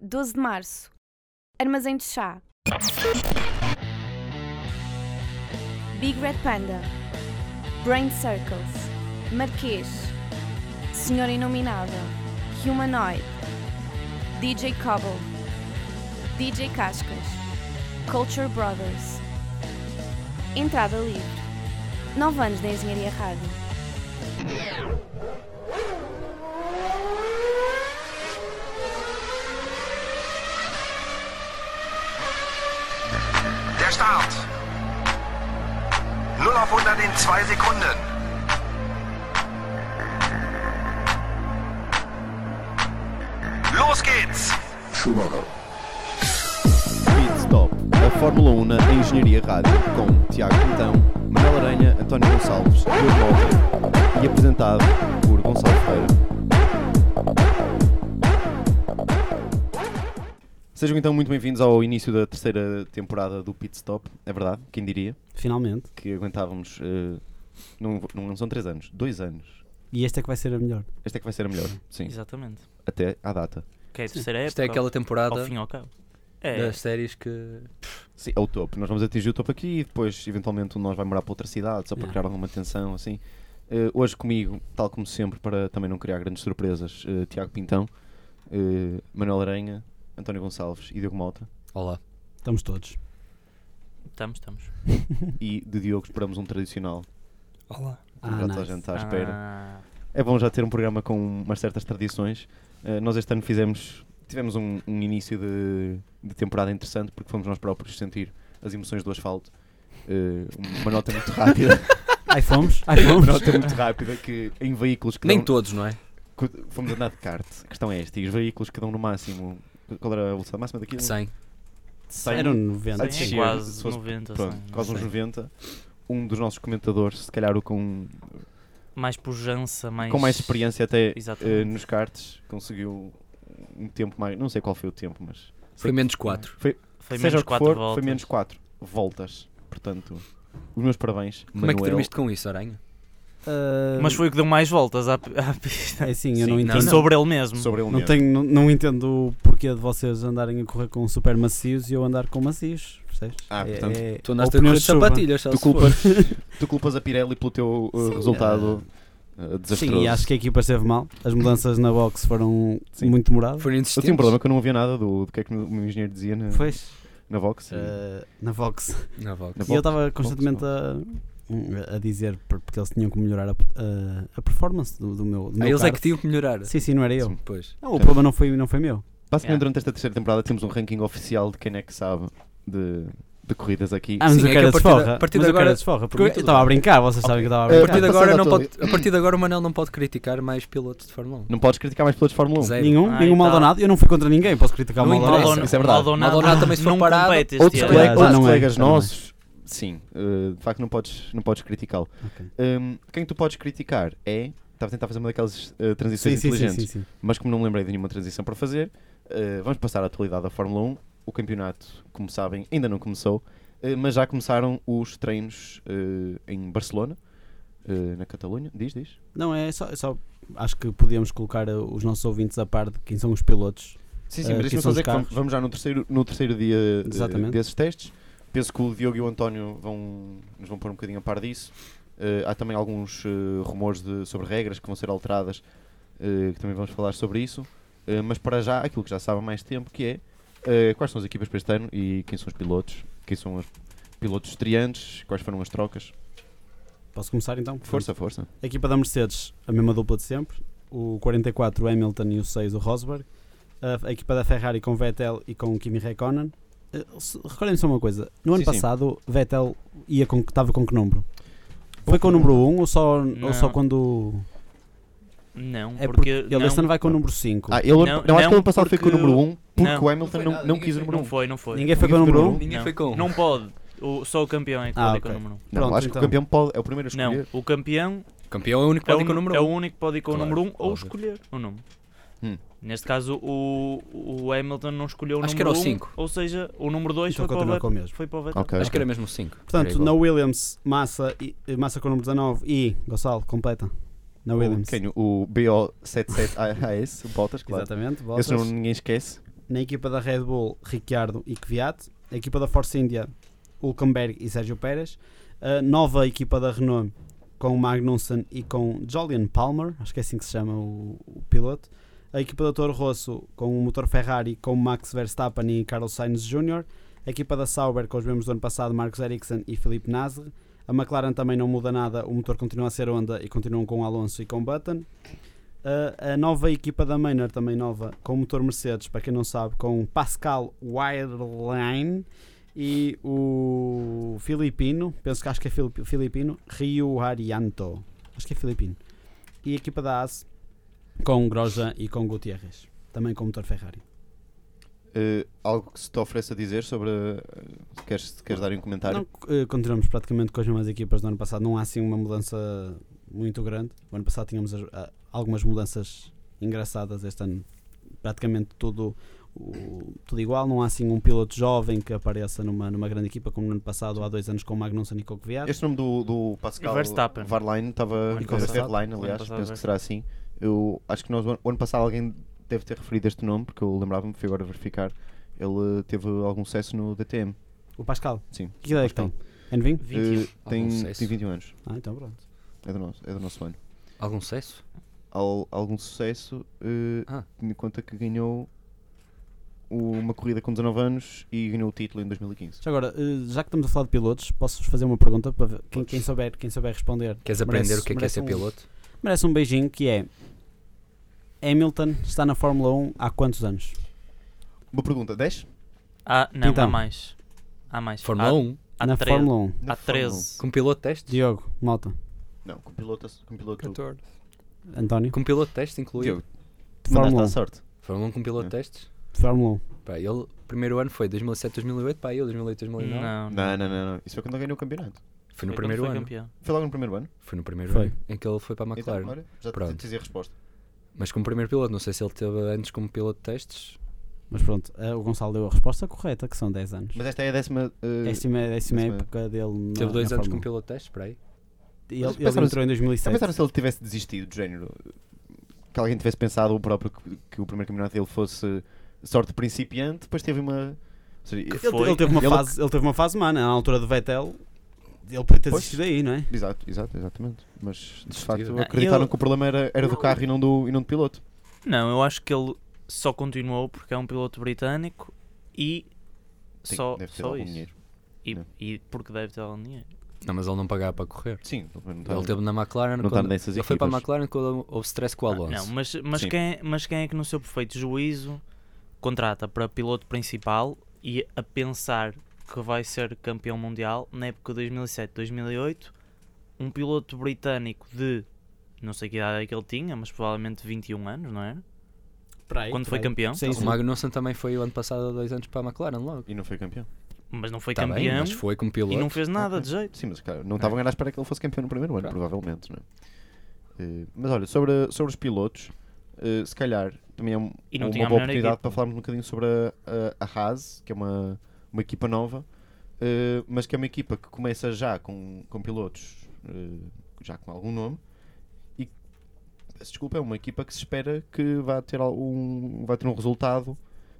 12 de março. Armazém de chá. Big Red Panda. Brain Circles. Marquês. Senhora Inominável. Humanoid. DJ Cobble. DJ Cascas. Culture Brothers. Entrada livre. 9 anos na Engenharia Rádio. Der Start. 0 auf 100 in 2 Sekunden. Los geht's. Pit Stop, a Fórmula 1 na Engenharia Rádio, com Tiago Quintão, Manuel Aranha, António Gonçalves, Diogo Mota e apresentado por Gonçalo Ferreira. Sejam então muito bem-vindos ao início da terceira temporada do Pit Stop, é verdade, quem diria Finalmente. que aguentávamos, eh, não, não são três anos, dois anos, E esta é que vai ser a melhor. esta é que vai ser a melhor, sim, Exatamente. até à data, Que é a terceira época. Isto é aquela temporada Ao fim e ao cabo. É. das séries que. sim, é o topo, nós vamos atingir o topo aqui e depois eventualmente um de nós vai morar para outra cidade, só para Yeah. criar alguma tensão, assim, Eh, hoje comigo, tal como sempre, para também não criar grandes surpresas, eh, Tiago Pintão, eh, Manuel Aranha, António Gonçalves e Diogo Malta. Olá. Estamos todos. Estamos, estamos. E de Diogo esperamos um tradicional, Olá. que já toda a gente está Tá à espera. Ah, É bom já ter um programa com umas certas tradições. Eh, nós este ano fizemos, tivemos um, um início de, de temporada interessante porque fomos nós próprios sentir as emoções do asfalto. Eh, uma nota muito rápida, Aí fomos, aí uma fomos. nota muito rápida que em veículos que Nem não- todos, não é? Co- Fomos andar de kart. A questão é esta: e os veículos que dão no máximo. Qual era a velocidade máxima daquilo? 100. 100. Eram A 90. Sim, descer, é quase se fosse- 90, Pronto, sim, quase não uns sei. 90. Um dos nossos comentadores, se calhar o com, mais pujança, mais. com mais experiência até Exatamente. eh, nos karts, conseguiu um tempo mais. Não sei qual foi o tempo, mas. Foi menos 4. Foi seja menos o que 4 for, voltas. foi menos 4 voltas. Portanto, os meus parabéns. Como é que Manuel. dormiste com isso, Aranha? Ah, Mas foi o que deu mais voltas à, à pista. É assim, eu Sim, não não, entendo. E sobre ele mesmo. Sobre ele Não, mesmo. tenho, não, não entendo o porquê de vocês andarem a correr com super macios e eu andar com macios. Percebes? É, Ah, portanto, Tu andaste a correr de chuva. sapatilhas, só Tu se for. culpas, tu culpas a Pirelli pelo teu eh, Sim, é. resultado eh, desastroso. Sim, e acho que a equipa esteve mal. As mudanças na box foram Sim. muito demoradas. Eu Foram tinha um insistentes. problema que eu não ouvia nada do, do que é que o meu engenheiro dizia na, Pois, na Vox. Eh, ah, na Vox. Na Vox. Na E eu Vox, estava constantemente a, a dizer por- porque eles tinham que melhorar a, a- a performance do, do meu. Do Ah, meu eles é kart. que tinham que melhorar. Sim, sim, não era eu. Sim. Pois. Não, o problema não foi, não foi meu. Basicamente, Yeah. durante esta terceira temporada, temos um ranking oficial de quem é que sabe de, de corridas aqui. Ah, mas Sim, eu é quero que a a partir desforra. da- a partir mas de eu quero agora- a desforra. por mim Porque eu tudo estava a bem. brincar, vocês sabem que eu estava É, a A brincar. partir, de Passando agora à não tua pode, a partir de agora o Manel não pode criticar mais pilotos de Fórmula 1. Não podes criticar mais pilotos de Fórmula 1. Zero. Nenhum, Ah, nenhum então. Maldonado. Eu não fui contra ninguém, posso criticar o Não Maldonado. interessa. isso é verdade. Maldonado, Maldonado também se for não parado. compete este Outros, ano. colega- Já, já outros não é, colegas já não é. nossos, sim, eh, de facto não podes, não podes criticá-lo. Ok. Hum, quem tu podes criticar é. Estava a tentar fazer uma daquelas eh, Sim, transições sim, sim, inteligentes, sim, sim. mas como não me lembrei de nenhuma transição para fazer, eh, vamos passar à atualidade da Fórmula 1. O campeonato, como sabem, ainda não começou, eh, mas já começaram os treinos eh, em Barcelona, eh, na Catalunha. Diz, diz. Não, é só, é só. Acho que podíamos colocar uh, os nossos ouvintes a par de quem são os pilotos. Sim, sim, Eh, mas que deixa-me só são os dizer que vamos, carros. vamos já no terceiro, no terceiro dia eh, Exatamente. desses testes. Penso que o Diogo e o António vão, nos vão pôr um bocadinho a par disso. Eh, há também alguns eh, rumores de- sobre regras que vão ser alteradas, eh, que também vamos falar sobre isso. Eh, mas para já, aquilo que já sabe há mais tempo, que é eh, quais são as equipas para este ano e quem são os pilotos, quem são os pilotos estreantes, quais foram as trocas. Posso começar então? Força, força. A equipa da Mercedes, a mesma dupla de sempre. O 44 o Hamilton e o 6 o Rosberg. A, a equipa da Ferrari com Vettel e com Kimi Räikkönen. Eh, se- Recordem-me só uma coisa. No ano Sim, sim. passado, Vettel ia com, estava com que número? Foi com o número 1 ou só, ou só Não. quando. Não, É porque, porque. ele não, este ano vai com o número 5. Ah, ele, não, Não, acho que ele ano não, passado foi com o porque- número 1 porque não. o Hamilton Não foi não, nada, não ninguém quis o foi- número 1. Não foi, não foi. Ninguém foi Ninguém com o foi número número 1. Ninguém Não. foi com. um. Não pode. O- só o campeão é que Ah, pode ir ok. com o número 1. Não, Pronto, acho que então. o campeão pode, é o primeiro a escolher. Não, o campeão Campeão é o único que é, pode o, ir com o número é o 1. único que pode ir com Claro, o número 1 ou óbvio. escolher o número. Hum. Neste caso, o, o Hamilton não escolheu o Acho que número era 1, o cinco. ou seja, o número 2 Então foi, para o continua Vettel- com o mesmo. foi para o Vettel. Ok, Acho ok. que era mesmo 5. Portanto, na Williams, Massa, e, eh, Massa com o número 19 e Gonçalo, completa. Na O- Williams. Quem? O BO77AS, o Bottas, claro. Exatamente, Esse Bottas. não ninguém esquece. Na equipa da Red Bull, Ricciardo e Kvyat. A equipa da Force India, Hulkenberg e Sérgio Pérez. A nova equipa da Renault, com Magnussen e com Jolyon Palmer, acho que é assim que se chama o, o piloto. A equipa da Toro Rosso, com o motor Ferrari, com Max Verstappen e Carlos Sainz Jr. A equipa da Sauber, com os mesmos do ano passado, Marcos Ericsson e Felipe Nasr. A McLaren também não muda nada, o motor continua a ser Honda e continuam com Alonso e com Button. Uh, a nova equipa da Maynard, também nova, com motor Mercedes, para quem não sabe, com Pascal Wehrlein e o filipino, penso que acho que é fili- filipino, Rio Arianto, acho que é filipino. E a equipa da AS com Grosjean e com Gutierrez, também com motor Ferrari. Eh, algo que se te oferece a dizer sobre. eh, se queres, se queres dar um comentário? Não, eh, continuamos praticamente com as mesmas equipas do ano passado. Não há assim uma mudança muito grande. O ano passado tínhamos as- a- algumas mudanças engraçadas. Este ano, praticamente tudo, o- tudo igual. Não há assim um piloto jovem que apareça numa, numa grande equipa como no ano passado, ou há dois anos, com o Magnussen e com o Kvyat. Este nome do, do Pascal Verstappen. Varline estava. Ano passado. Verline, Ano aliás, passado, penso é. que será assim. Eu acho que nós, o ano- o ano passado, alguém deve ter referido este nome, porque eu lembrava-me, fui agora verificar. Ele eh, teve algum sucesso no DTM. O Pascal, Sim. que ideia é que tem? Envim? 21. Eh, tem, Algum sucesso. tem 21 anos. Ah, então pronto. É do nosso, é do nosso ano. Algum sucesso? Al- algum sucesso, eh, Ah. tendo em conta que ganhou o- uma corrida com 19 anos e ganhou o título em 2015. Já agora, eh, já que estamos a falar de pilotos, posso-vos fazer uma pergunta para ver- quem, quem, souber, quem souber responder Queres Merece- aprender o que é que é merece ser um- piloto? merece um beijinho que é Hamilton está na Fórmula 1 há quantos anos? Uma pergunta: 10? Ah, não, Então. há mais. Há mais. Fórmula há, 1? Há na 13. Fórmula 1. Há 13. Com piloto de teste? Diogo, malta, Não, com piloto. Com piloto. António, Com piloto de teste incluído? Diogo, tu Fórmula mandaste à um. sorte. Fórmula 1 com piloto de É. testes? Fórmula 1. Pá, ele, o primeiro ano foi 2007, 2008, pá, eu 2008, 2009. Não, Não, não, não, não. Isso foi quando ele ganhou o campeonato. Foi Foi no quando primeiro foi ano. campeão. tá, Foi logo no primeiro ano. Foi no primeiro Foi. ano em que ele foi para a Ah, McLaren. Então, olha, já te Pronto. dizia a resposta. Mas como primeiro piloto, não sei se ele teve antes como piloto de testes. Mas pronto, eh, o Gonçalo deu a resposta correta, que são 10 anos. Mas esta é a décima. eh, Décima, décima décima- é época dele na, teve dois na anos Fórmula como piloto de testes, espera aí. 1. Ele, Mas ele pensaram- entrou em já 2007. pensaram se ele tivesse desistido, de género? Que alguém tivesse pensado o próprio que, que o primeiro campeonato dele fosse sorte de principiante, depois teve uma. ou seja, Que ele- Ele, foi. ele teve uma Ele- fase, ele teve uma fase má, né? na altura do Vettel. Ele podia ter Pois. desistido aí, não é? Exato, exato, exatamente. Mas de Desistiu. facto Ah, acreditaram ele- que o problema era, era do carro e não do, e não do piloto. Não, eu acho que ele só continuou porque é um piloto britânico e Sim, só, deve ter só algum isso. dinheiro. E, Não. e porque deve ter algum dinheiro. Não, mas ele não pagava para correr. Sim, é ele não Então, ele está- teve na McLaren. não está quando, nessas ele foi para a equipas. McLaren quando houve stress com o Alonso. Ah, Não, mas, mas, Sim. quem, mas quem é que no seu perfeito juízo contrata para piloto principal e a pensar que vai ser campeão mundial na época de 2007, 2008, um piloto britânico de não sei que idade é que ele tinha, mas provavelmente 21 anos, não é? era? Quando foi campeão? Sim, o sim. Magnussen também foi o ano passado, há dois anos para a McLaren logo. E não foi campeão. Mas não foi Tá bem, campeão mas foi como e piloto. não fez nada de jeito. Sim, mas cara, não É. estavam a esperar que ele fosse campeão no primeiro ano, Claro. provavelmente. Não é? Eh, mas olha, sobre, sobre os pilotos, eh, se calhar também é um- E não uma tinha a boa melhor oportunidade equipa. para falarmos um bocadinho sobre a, a, a Haas, que é uma, uma equipa nova, eh, mas que é uma equipa que começa já com, com pilotos eh, já com algum nome. E peço desculpa, é uma equipa que se espera que vá ter algum, vai ter um resultado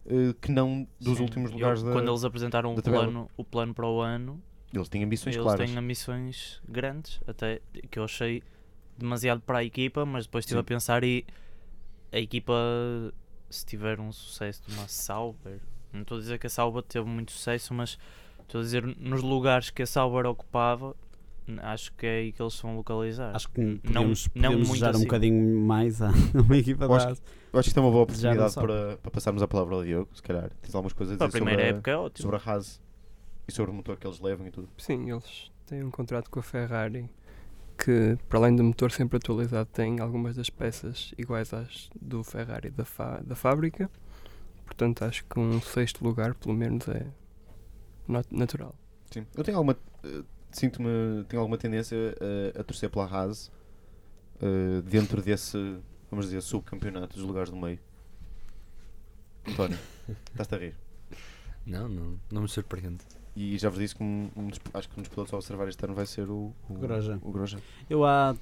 eh, que não dos Sim, últimos eu- lugares da. Quando eles apresentaram o da tabela. plano, o plano para o ano, Eles têm ambições eles claras. têm ambições grandes, até que eu achei demasiado para a equipa, mas depois estive Sim. a pensar e a equipa, se tiver um sucesso de uma Sauber, não estou a dizer que a Sauber teve muito sucesso, mas estou a dizer nos lugares que a Sauber ocupava, n- acho que é aí que eles se vão localizar. Acho que podemos, não podemos muito assim. desejar um acima. bocadinho mais à uma equipa Eu acho da Eu acho que isto é uma boa Já não oportunidade sabe. para, para passarmos a palavra ao Diogo, se calhar. Tens algumas coisas a para a dizer primeira sobre, a- época é ótimo. sobre a Haas e sobre o motor que eles levam e tudo. Sim, eles têm um contrato com a Ferrari que, para além do motor sempre atualizado, tem algumas das peças iguais às do Ferrari da, fa- da fábrica. Portanto, acho que um sexto lugar, pelo menos, é nat- natural. Sim. Eu tenho alguma. eh, Sinto-me. Tenho alguma tendência eh, a, torcer pela Haas eh, dentro desse, vamos dizer, subcampeonato dos lugares do meio. António, estás-te a rir. Não, não, não me surpreende. E já vos disse que um, um dos- acho que um dos pilotos a observar este ano vai ser o, o Grosjean. O Grosjean. Eu há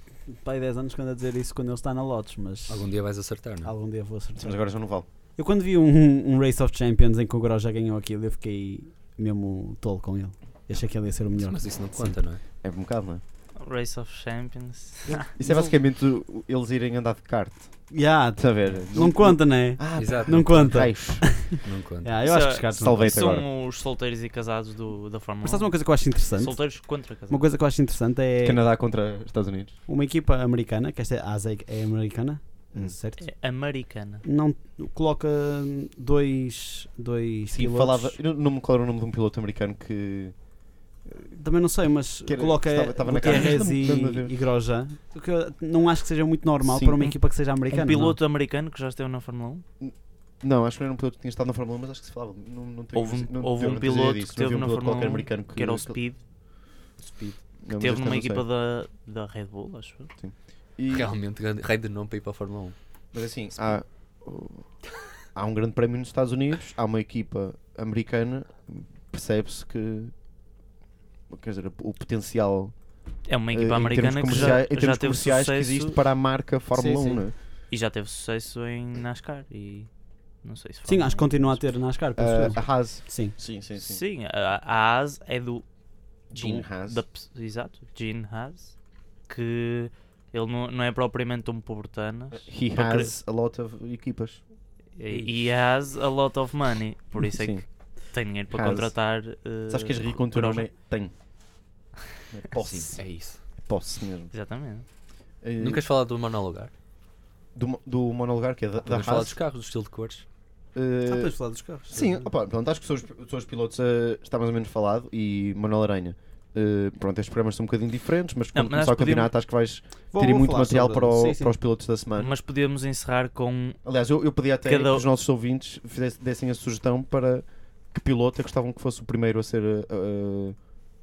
pai 10 anos quando a dizer isso quando ele está na Lotus, mas Algum dia vais acertar, não? é? algum dia vou Sim, acertar. mas agora já não vale. Eu quando vi um, um Race of Champions em que o Groja ganhou aquilo, eu fiquei mesmo tolo com ele. Eu achei que ele ia ser o melhor. Mas isso não conta, não é? É um bocado, não é? Race of Champions. Isso é basicamente o- eles irem andar de kart. Yeah, Estás a ver? não conta, né? Ah, Exato. Não conta. Raios. Não conta. Yeah, eu acho que os Isso- caras não- Salvei. Aproveita São agora. os solteiros e casados do, da Fórmula Mas sabes 1. uma coisa que eu acho interessante? Solteiros contra casados. Uma coisa que eu acho interessante é Canadá contra Estados Unidos. uma equipa americana, que esta é a ASA é americana, Hum. certo? É americana. Não coloca dois, dois Sim, pilotos. Tipo, falava. eu não- não me lembro o nome de um piloto americano que. Também não sei, mas Que era- coloca estava- estava na Gutierrez cara. e, Estamos a ver. e Grosjean, o que eu não acho que seja muito normal Sim. para uma equipa que seja americana. um não. é? piloto americano que já esteve na Fórmula 1. Não, acho que não era um piloto que tinha estado na Fórmula 1, mas acho que se falava. Não, não tenho- Houve um- não houve tenho um certeza piloto disso. que Não teve havia na um piloto Fórmula qualquer 1 americano que era o que- Speed. Speed. Não, que mas teve este numa não sei. equipa da, da Red Bull, acho eu. E- Realmente, grande- rei de nome para ir para a Fórmula 1. Mas assim, há, há um grande prémio nos Estados Unidos, há uma equipa americana, percebe-se que. Quer dizer, o potencial É uma eh, equipa em termos, americana que já, comerciais, em já termos teve comerciais sucesso que existe para a marca Fórmula 1. Sim, sim. não é? e já teve sucesso em NASCAR e não sei se Sim, Fórmula acho que 1. continua a ter NASCAR, penso Ah, eu. a Haas. Sim. Sim, sim, Sim, a, a Haas é do Gene do- Haas. da pes- exato, Gene Haas, que ele não, não é propriamente um pobretanas Eh, He Não creio. has a lot of equipas. e, e has a lot of money, por isso é Sim. que tem dinheiro para Haas. contratar. Sabes que és eh, rico quando o teu Grosjean. nome é- Tem. É Posse. Sim, é isso. É Posse mesmo. Exatamente. Eh, Nunca queres falar do monolugar? do, mo- do monolugar que é da, da Podemos falar Haas. dos carros, do estilo de cores. eh, Ah, falar dos carros. Sim, opa, pronto, acho que são os, são os pilotos eh, está mais ou menos falado e Manuel Aranha. eh, pronto, estes programas são um bocadinho diferentes, mas quando mas começar o acho que podíamos- campeonato acho que vais ter muito material para, o- para os pilotos da semana. Mas podíamos encerrar com Aliás, eu, eu podia até Cada- que os nossos ouvintes fizesse- dessem a sugestão para que piloto é que gostavam que fosse o primeiro a ser eh,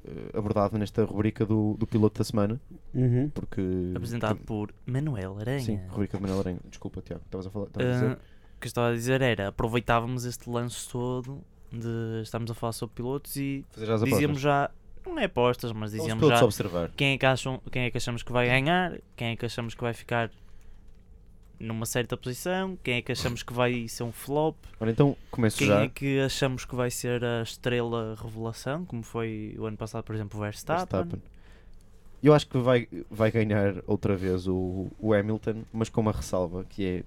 eh, abordado nesta rubrica do, do piloto da semana, Uhum. porque apresentado por Manuel Aranha. Sim, rubrica de Manuel Aranha. Desculpa, Tiago, estavas a falar. estavas a dizer? Ah, o que eu estava a dizer era aproveitávamos este lance todo de estarmos a falar sobre pilotos e Fazer já as apostas. dizíamos já, não é apostas, mas São os dizíamos pilotos já a observar. quem é, que acham, quem é que achamos que vai ganhar, quem é que achamos que vai ficar numa certa posição, quem é que achamos que vai ser um flop, Ora, então começo quem já. é que achamos que vai ser a estrela revelação, como foi o ano passado, por exemplo, o Verstappen. Verstappen. Eu acho que vai, vai ganhar outra vez o, o Hamilton, mas com uma ressalva, que é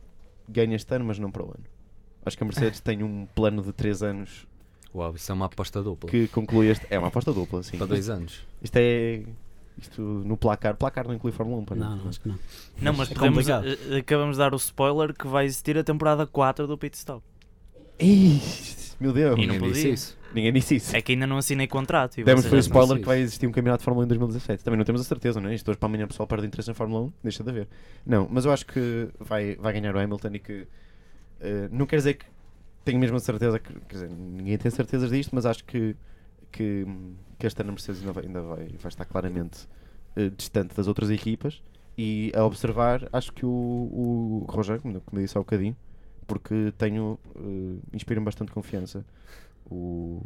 ganha este ano, mas não para o ano. Acho que a Mercedes tem um plano de 3 anos Uau, isso é uma aposta dupla. que conclui este. É uma aposta dupla, sim. Para dois anos. Isto é. Isto no placar. Placar não Ah, inclui Fórmula 1, para Não, não, acho que não. Não, mas É podemos, complicado. eh, acabamos de dar o spoiler que vai existir a temporada 4 do Pit Stop. Meu Deus, E não Ninguém podia. disse isso. ninguém disse isso. É que ainda não assinei contrato. e Demos vocês foi o já sabem. spoiler disse que vai existir um campeonato de Fórmula 1 em 2017. Também não temos a certeza, não é? Isto hoje para amanhã o pessoal perde interesse na Fórmula 1, deixa de haver. Não, mas eu acho que vai, vai ganhar o Hamilton e que. eh, não quer dizer que tenho mesmo a certeza que. Quer dizer, ninguém tem certezas disto, mas acho que. que, que este ano a Mercedes ainda vai, ainda vai, vai estar claramente eh, distante das outras equipas. E a observar, acho que o, o Roger, como como eu disse há bocadinho, porque tenho. eh, inspira-me bastante confiança. O.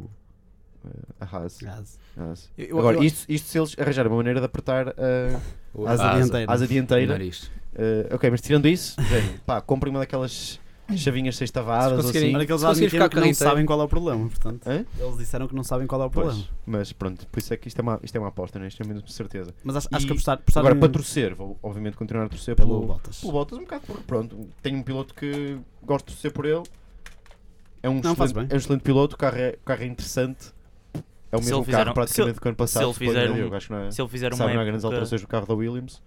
eh, a Haas. Caso. Nossa. Eu- eu- Agora, eu- isto, isto se eles arranjarem uma maneira de apertar É, a O- Asa a dianteira. asa o dianteira. nariz. eh, ok, mas tirando isso, gente, pá, comprem uma daquelas chavinhas Se sextavadas ou conseguirem- assim. Olha que eles Se conseguir admitiram ficar que não carrinho inteiro. sabem qual é o problema, portanto. Hã? Eles disseram que não sabem qual é o Pois, problema. mas pronto, por isso é que isto é uma, isto é uma aposta, não é? Isto é mesmo de certeza. Mas acho, acho E que apostar, apostar Agora, um- em- para torcer, vou obviamente continuar a torcer pelo pelo, Bottas. pelo Bottas, um bocado porque, pronto, tenho um piloto que gosto de torcer por ele. É um, Não, faz excelente, é bem. um excelente piloto, o carro é, o carro é interessante. É o Se mesmo ele fizer carro um- praticamente se do que ano se passado. ele fizer suponho eu, um- acho que não é. Se ele fizer uma Sabe, não há grandes época- alterações do carro da Williams.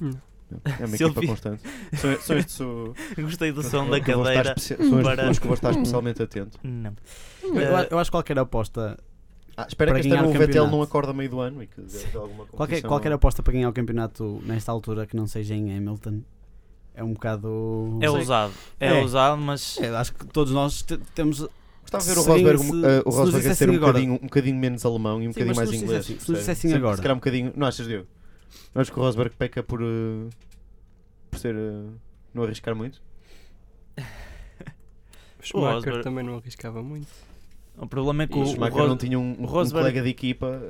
Não. É uma Se ele equipa vi- constante. São, são estes o- Gostei do som o da que eu vou estar cadeira. especi- São os para- os que eu vou estar especialmente atento. Não. Hum, Eh, Eu, É. eu- eu acho que qualquer aposta, Ah, espera Para que este ganhar ano o o Vettel campeonato. não acorda a meio do ano e que dê dê alguma assim. qualquer, competição. qualquer aposta para ganhar o campeonato nesta altura que não seja em Hamilton é um bocado. É ousado. É, É. ousado, mas É, acho que todos nós te- temos. Gostava de ver o Sim, Rosberg, se- um- ah, o se Rosberg nos a ser um dissessem agora- bocadinho, um bocadinho menos alemão e um Sim, bocadinho mas se mais nos inglês. dissessem- se nos percebes? dissessem Se- agora. Se calhar um bocadinho. Não achas, Diego? Não achas que o Rosberg peca por ah, por ser. ah, não arriscar muito? O Schumacher Osberg- também não arriscava muito. o problema é que o o, o Schumacher Ros- não tinha um, um Rosberg- colega de equipa.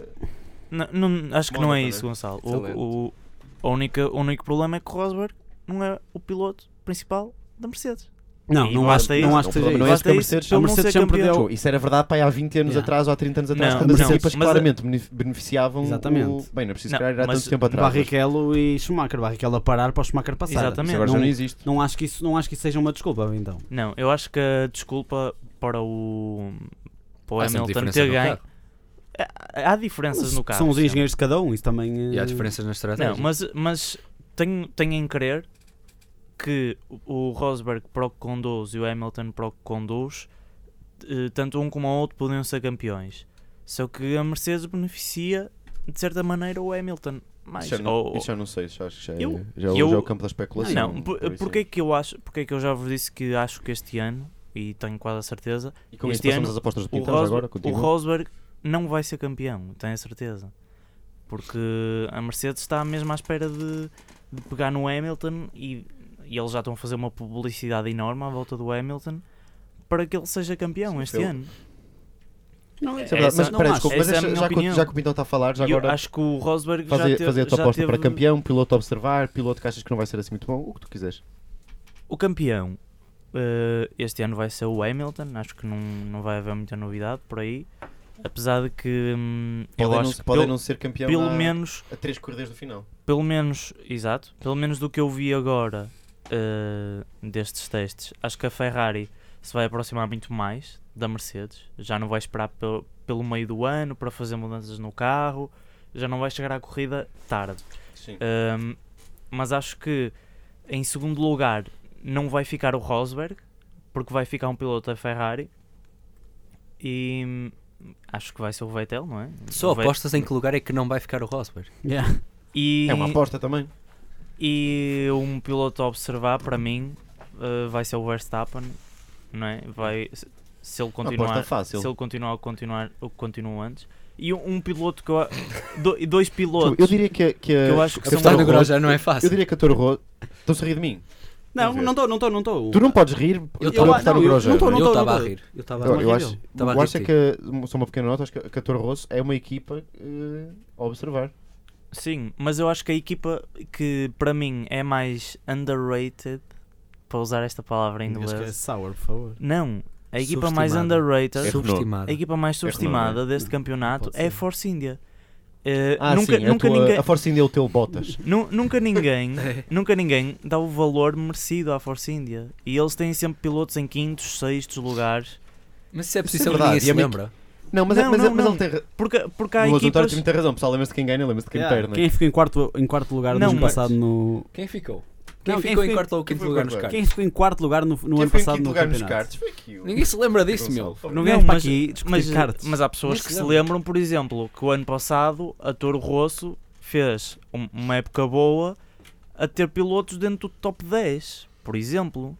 Não, não- acho que não é Mónaco, isso, né? Gonçalo. Excelente. O, o, a única, o único problema é que o Rosberg não é o piloto principal da Mercedes. Não, E não acho, basta isso. não acho o que problema seja não isso. é esse que a Basta isso, Mercedes, a ele não Mercedes ser sempre campeão. deu. Isso era verdade para aí há 20 anos Então, Yeah. atrás ou há 30 anos atrás, Não, quando as não, equipas mas a- claramente benef- beneficiavam. o- Exatamente. Bem, não é preciso Não, criar há mas tanto tempo atrás. Barrichello e Schumacher. Barrichello a parar para o Schumacher passar. Mas Exatamente. agora já Não- não existe. Não acho que isso, não acho que isso seja uma desculpa, então. Não, eu acho que a desculpa para o, para o Há sempre Hamilton diferenças ter no ganho. É, carro. Há, há diferenças no carro. São os sempre. engenheiros de cada um, isso também. E há eh, diferenças na estratégia. Não, mas, mas tenho, tenho em crer que o o Rosberg para o que conduz e o Hamilton para o que conduz, eh, tanto um como o outro podiam ser campeões. Só que a Mercedes beneficia, de certa maneira, o Hamilton mais. Isso já Ou- não- isso já não sei, isso acho que já é, Eu- já é o- eu- já é o campo da especulação. não, por, por isso. porque é que eu acho, porque é que eu já vos disse que acho que este ano, e tenho quase a certeza, E com isso este passamos ano, as apostas do o Pintão já Rosberg, agora. o continua. Rosberg não vai ser campeão, tenho a certeza. Porque a Mercedes está mesmo à espera de, de pegar no Hamilton e, e eles já estão a fazer uma publicidade enorme à volta do Hamilton para que ele seja campeão Sim, este ele- ano. Não, Isso é verdade, Essa- mas não espera, acho. desculpa, mas Essa é a deixa- minha já que o- opinião. já que o Pintão está a falar, já E eu agora acho que o Rosberg já fazer, teve, fazer a tua já aposta para teve- um campeão, piloto a observar, piloto que achas que não vai ser assim muito bom, o que tu quiseres. O campeão eh, este ano vai ser o Hamilton, acho que não, não vai haver muita novidade por aí. Apesar de que hum, eu Podem, não, acho que podem pelo- não ser campeão pelo a, menos a três corridas do final. Pelo menos, exato, pelo menos do que eu vi agora eh, destes testes, acho que a Ferrari se vai aproximar muito mais da Mercedes. Já não vai esperar pelo, pelo meio do ano para fazer mudanças no carro, já não vai chegar à corrida tarde. Sim. Ahm, mas acho que em segundo lugar não vai ficar o Rosberg, porque vai ficar um piloto da Ferrari e hum, acho que vai ser o Vettel, não é? Só O Ve- apostas em que lugar é que não vai ficar o Rosberg. Yeah. e- É uma aposta também. E um piloto a observar, para mim, eh, vai ser o Verstappen, não é? Vai, se- se ele Aposta continuar, é fácil. se ele continuar a continuar o que continuou antes. E um, um piloto que eu a- do- e dois pilotos. Tipo, Eu diria que, que, Ah, a- eu acho que a são- Toro Estar no Rosso- grau já não é fácil. Eu diria que a Toro Rosso. Estão-se a rir de mim. Não, ver. não estou, não estou, não estou. Tu não podes rir Eu por tava- apostar não, no eu- Grosjean. não tô- não Eu tô- estava a tô- rir. Eu estava a Eu, rir. eu acho, Tava a eu acho é rir. que, só uma pequena nota, acho que a- que a Toro Rosso é uma equipa eh, a observar. Sim, mas eu acho que a equipa que para mim é mais underrated, para usar esta palavra em Acho que é inglês. sour, por favor. Não, a equipa mais Subestimada. É underrated, Subestimado. a equipa mais Renault, subestimada é? deste campeonato pode é a ser. Force India. Eh, Ah, nunca, sim, nunca a, tua, ninguém, a Force India é o teu Bottas. Nu- nunca ninguém, nunca ninguém dá o valor merecido à Force India. E eles têm sempre pilotos em quintos, sextos lugares. Mas Isso se é é posição que verdade, ninguém e se a mim- lembra. Não, mas, é- Não, mas, é- não, mas não. ele tem. ra- Porque, porque há o António equipas. tem muita razão, pessoal. Lembra-se de quem ganha, lembra-se de quem Yeah. perde. né? É. Quem ficou em quarto, em quarto lugar no Não, ano mas- passado no. Quem ficou? Quem Não, quem ficou em ficou- quarto ou quem quinto foi lugar em nos quarto cartos? Quem ficou em quarto lugar no, no Quem ano foi em passado quinto no lugar nos campeonato? cards? Foi aqui. o- Ninguém se lembra disso, Gonçalo, meu. por favor. Não viemos para mas- aqui discutir mas, cartas. mas há pessoas Nem se que se lembra. lembram, por exemplo, que o ano passado a Toro Rosso fez um- uma época boa a ter pilotos dentro do top 10, por exemplo.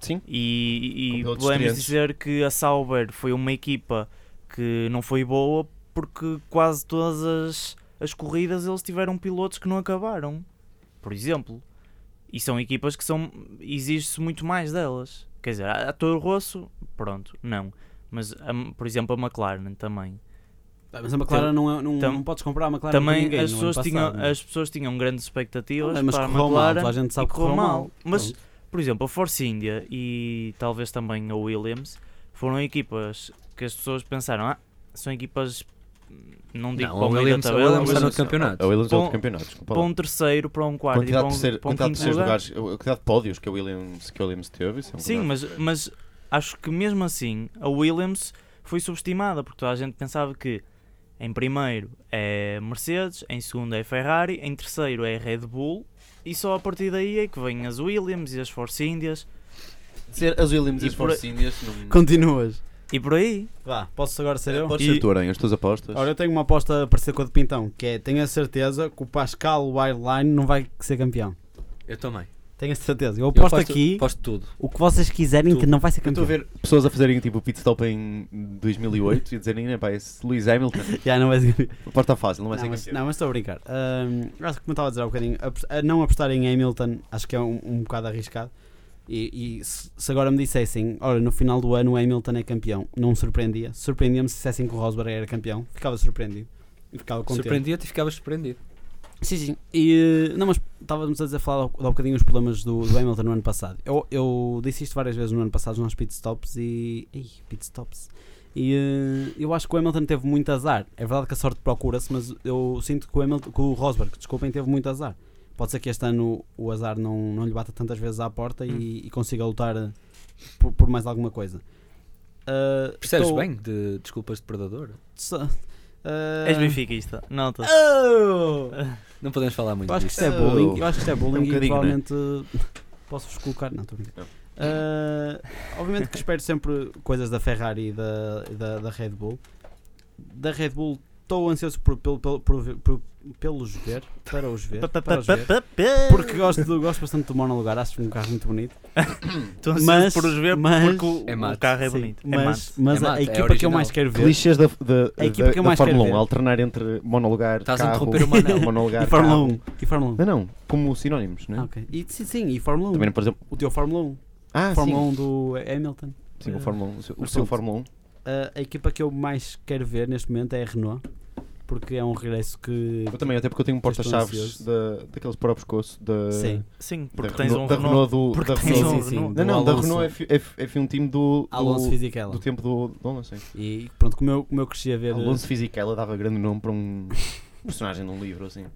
Sim. E, e Com pilotos podemos experientes. dizer que a Sauber foi uma equipa que não foi boa porque quase todas as, as corridas eles tiveram pilotos que não acabaram, por exemplo. E são equipas que são exige-se muito mais delas. Quer dizer, a, a Toro Rosso, pronto, não. Mas, a- por exemplo, a McLaren também. Mas a McLaren não, é- não, Tam- não podes comprar a McLaren Então, também com ninguém as, no pessoas ano tinham, passado, não é? as pessoas tinham grandes expectativas Ah, mas para a correu mal, McLaren toda a gente sabe e que correu mal. Mas, Pronto. por exemplo, a Force India e talvez também a Williams foram equipas que as pessoas pensaram, ah, são equipas, não digo Não, para o o meio Williams da o tabela, Williams mas está no Williams- campeonato. A Williams é Bom, outro campeonato, desculpa. para lá. um terceiro, para um quarto e Quantidade para um, de terceiro- para um quantidade de quinto terceiros lugar. lugares, a quantidade de pódios que a Williams, que a Williams teve. Isso é um Sim, campeonato. mas, mas acho que mesmo assim a Williams foi subestimada porque toda a gente pensava que em primeiro é Mercedes, em segundo é Ferrari, em terceiro é Red Bull e só a partir daí é que vêm as Williams e as Force Indias Dizer as Williams e as Force Indias. Continuas. e por aí. Vá, posso agora ser eu? Pode E- ser tu, Aranha, as tuas apostas. Ora, eu tenho uma aposta parecida com a de Pintão, que é tenho a certeza que o Pascal Wireline não vai ser campeão. Eu também. Tenho a certeza. Eu Eu aposto aqui Aposto tudo. o que vocês quiserem que Tudo. não vai ser Eu estou campeão. a ver pessoas a fazerem tipo pit stop em 2008 e dizerem, né, pá, esse Lewis Hamilton. Já não vai ser campeão. Aposta fácil, não vai Não, ser mas, campeão. não, mas estou a brincar. Ahm, eu acho que como estava a dizer há um bocadinho, apos- a não apostar em Hamilton acho que é um, um bocado arriscado. E, e se se agora me dissessem, olha, no final do ano o Hamilton é campeão, não me surpreendia. Surpreendia-me se dissessem que o Rosberg era campeão, ficava surpreendido. E ficava contente. Surpreendia-te e ficavas surpreendido. Sim, sim. E, eh, não, mas estávamos a dizer, falar há um bocadinho os problemas do, do Hamilton no ano passado. Eu, eu disse isto várias vezes no ano passado, nos pit stops e. Ei, pit stops. E eh, eu acho que o Hamilton teve muito azar. É verdade que a sorte procura-se, mas eu sinto que o, Hamilton, que o Rosberg, desculpem, teve muito azar. Pode ser que este ano o azar não, não lhe bata tantas vezes à porta Hum. e, e consiga lutar eh, por, por mais alguma coisa. Ah, Percebes estou- bem de desculpas de predador? Sa- ah, És benfiquista, nota. Oh! Ah. Não podemos falar muito Eu acho que isto disso. é Oh. bullying, eu acho que isto é bullying É um e bocadinho, provavelmente eh, posso-vos colocar. Não, estou a brincar. Ah, obviamente que espero sempre coisas da Ferrari e da, e da, da Red Bull. Da Red Bull estou ansioso por, pelo- pelo- por- por- pelos ver, para os ver, para os ver. Porque gosto, do- gosto bastante do monolugar, acho um carro muito bonito. Estou mas- ansioso por os ver mas- porque o, É o mate, carro é Sim, bonito. é mas mate. mas É a- a, mate, é equipa que eu original. mais quero ver Clichês da, da, A equipa da, que eu da mais quero Fórmula ver. 1, alternar entre monolugar, Estás a carro, interromper o Manel. monolugar, e Fórmula carro. 1. E Fórmula 1. Não, não, como sinónimos, né? Ah, ok. e, sim, sim, e Fórmula 1. Também, por exemplo, O teu Fórmula 1. ah, Fórmula sim, 1 do Hamilton. sim, o, Fórmula 1, o seu, o Mas seu pronto. Fórmula 1. Ah, a, a equipa que eu mais quero ver neste momento é a Renault, porque é um regresso que. Eu também, até porque eu tenho um Estou porta-chaves ansioso. da, daqueles para o pescoço da, Sim. Sim, da, porque tens Renault- um da Renault. Renault do. Porque da tens Renault. um Sim, sim, Renault. Ah, Não, não, da Alonso. Renault é fi- é, fi- é fi um time do. Alonso do, Fisichella. do tempo do. do Alonso, sim. E pronto, como eu, como eu cresci a É ver. Alonso Fisichella dava grande nome para um personagem de um livro, assim. eh,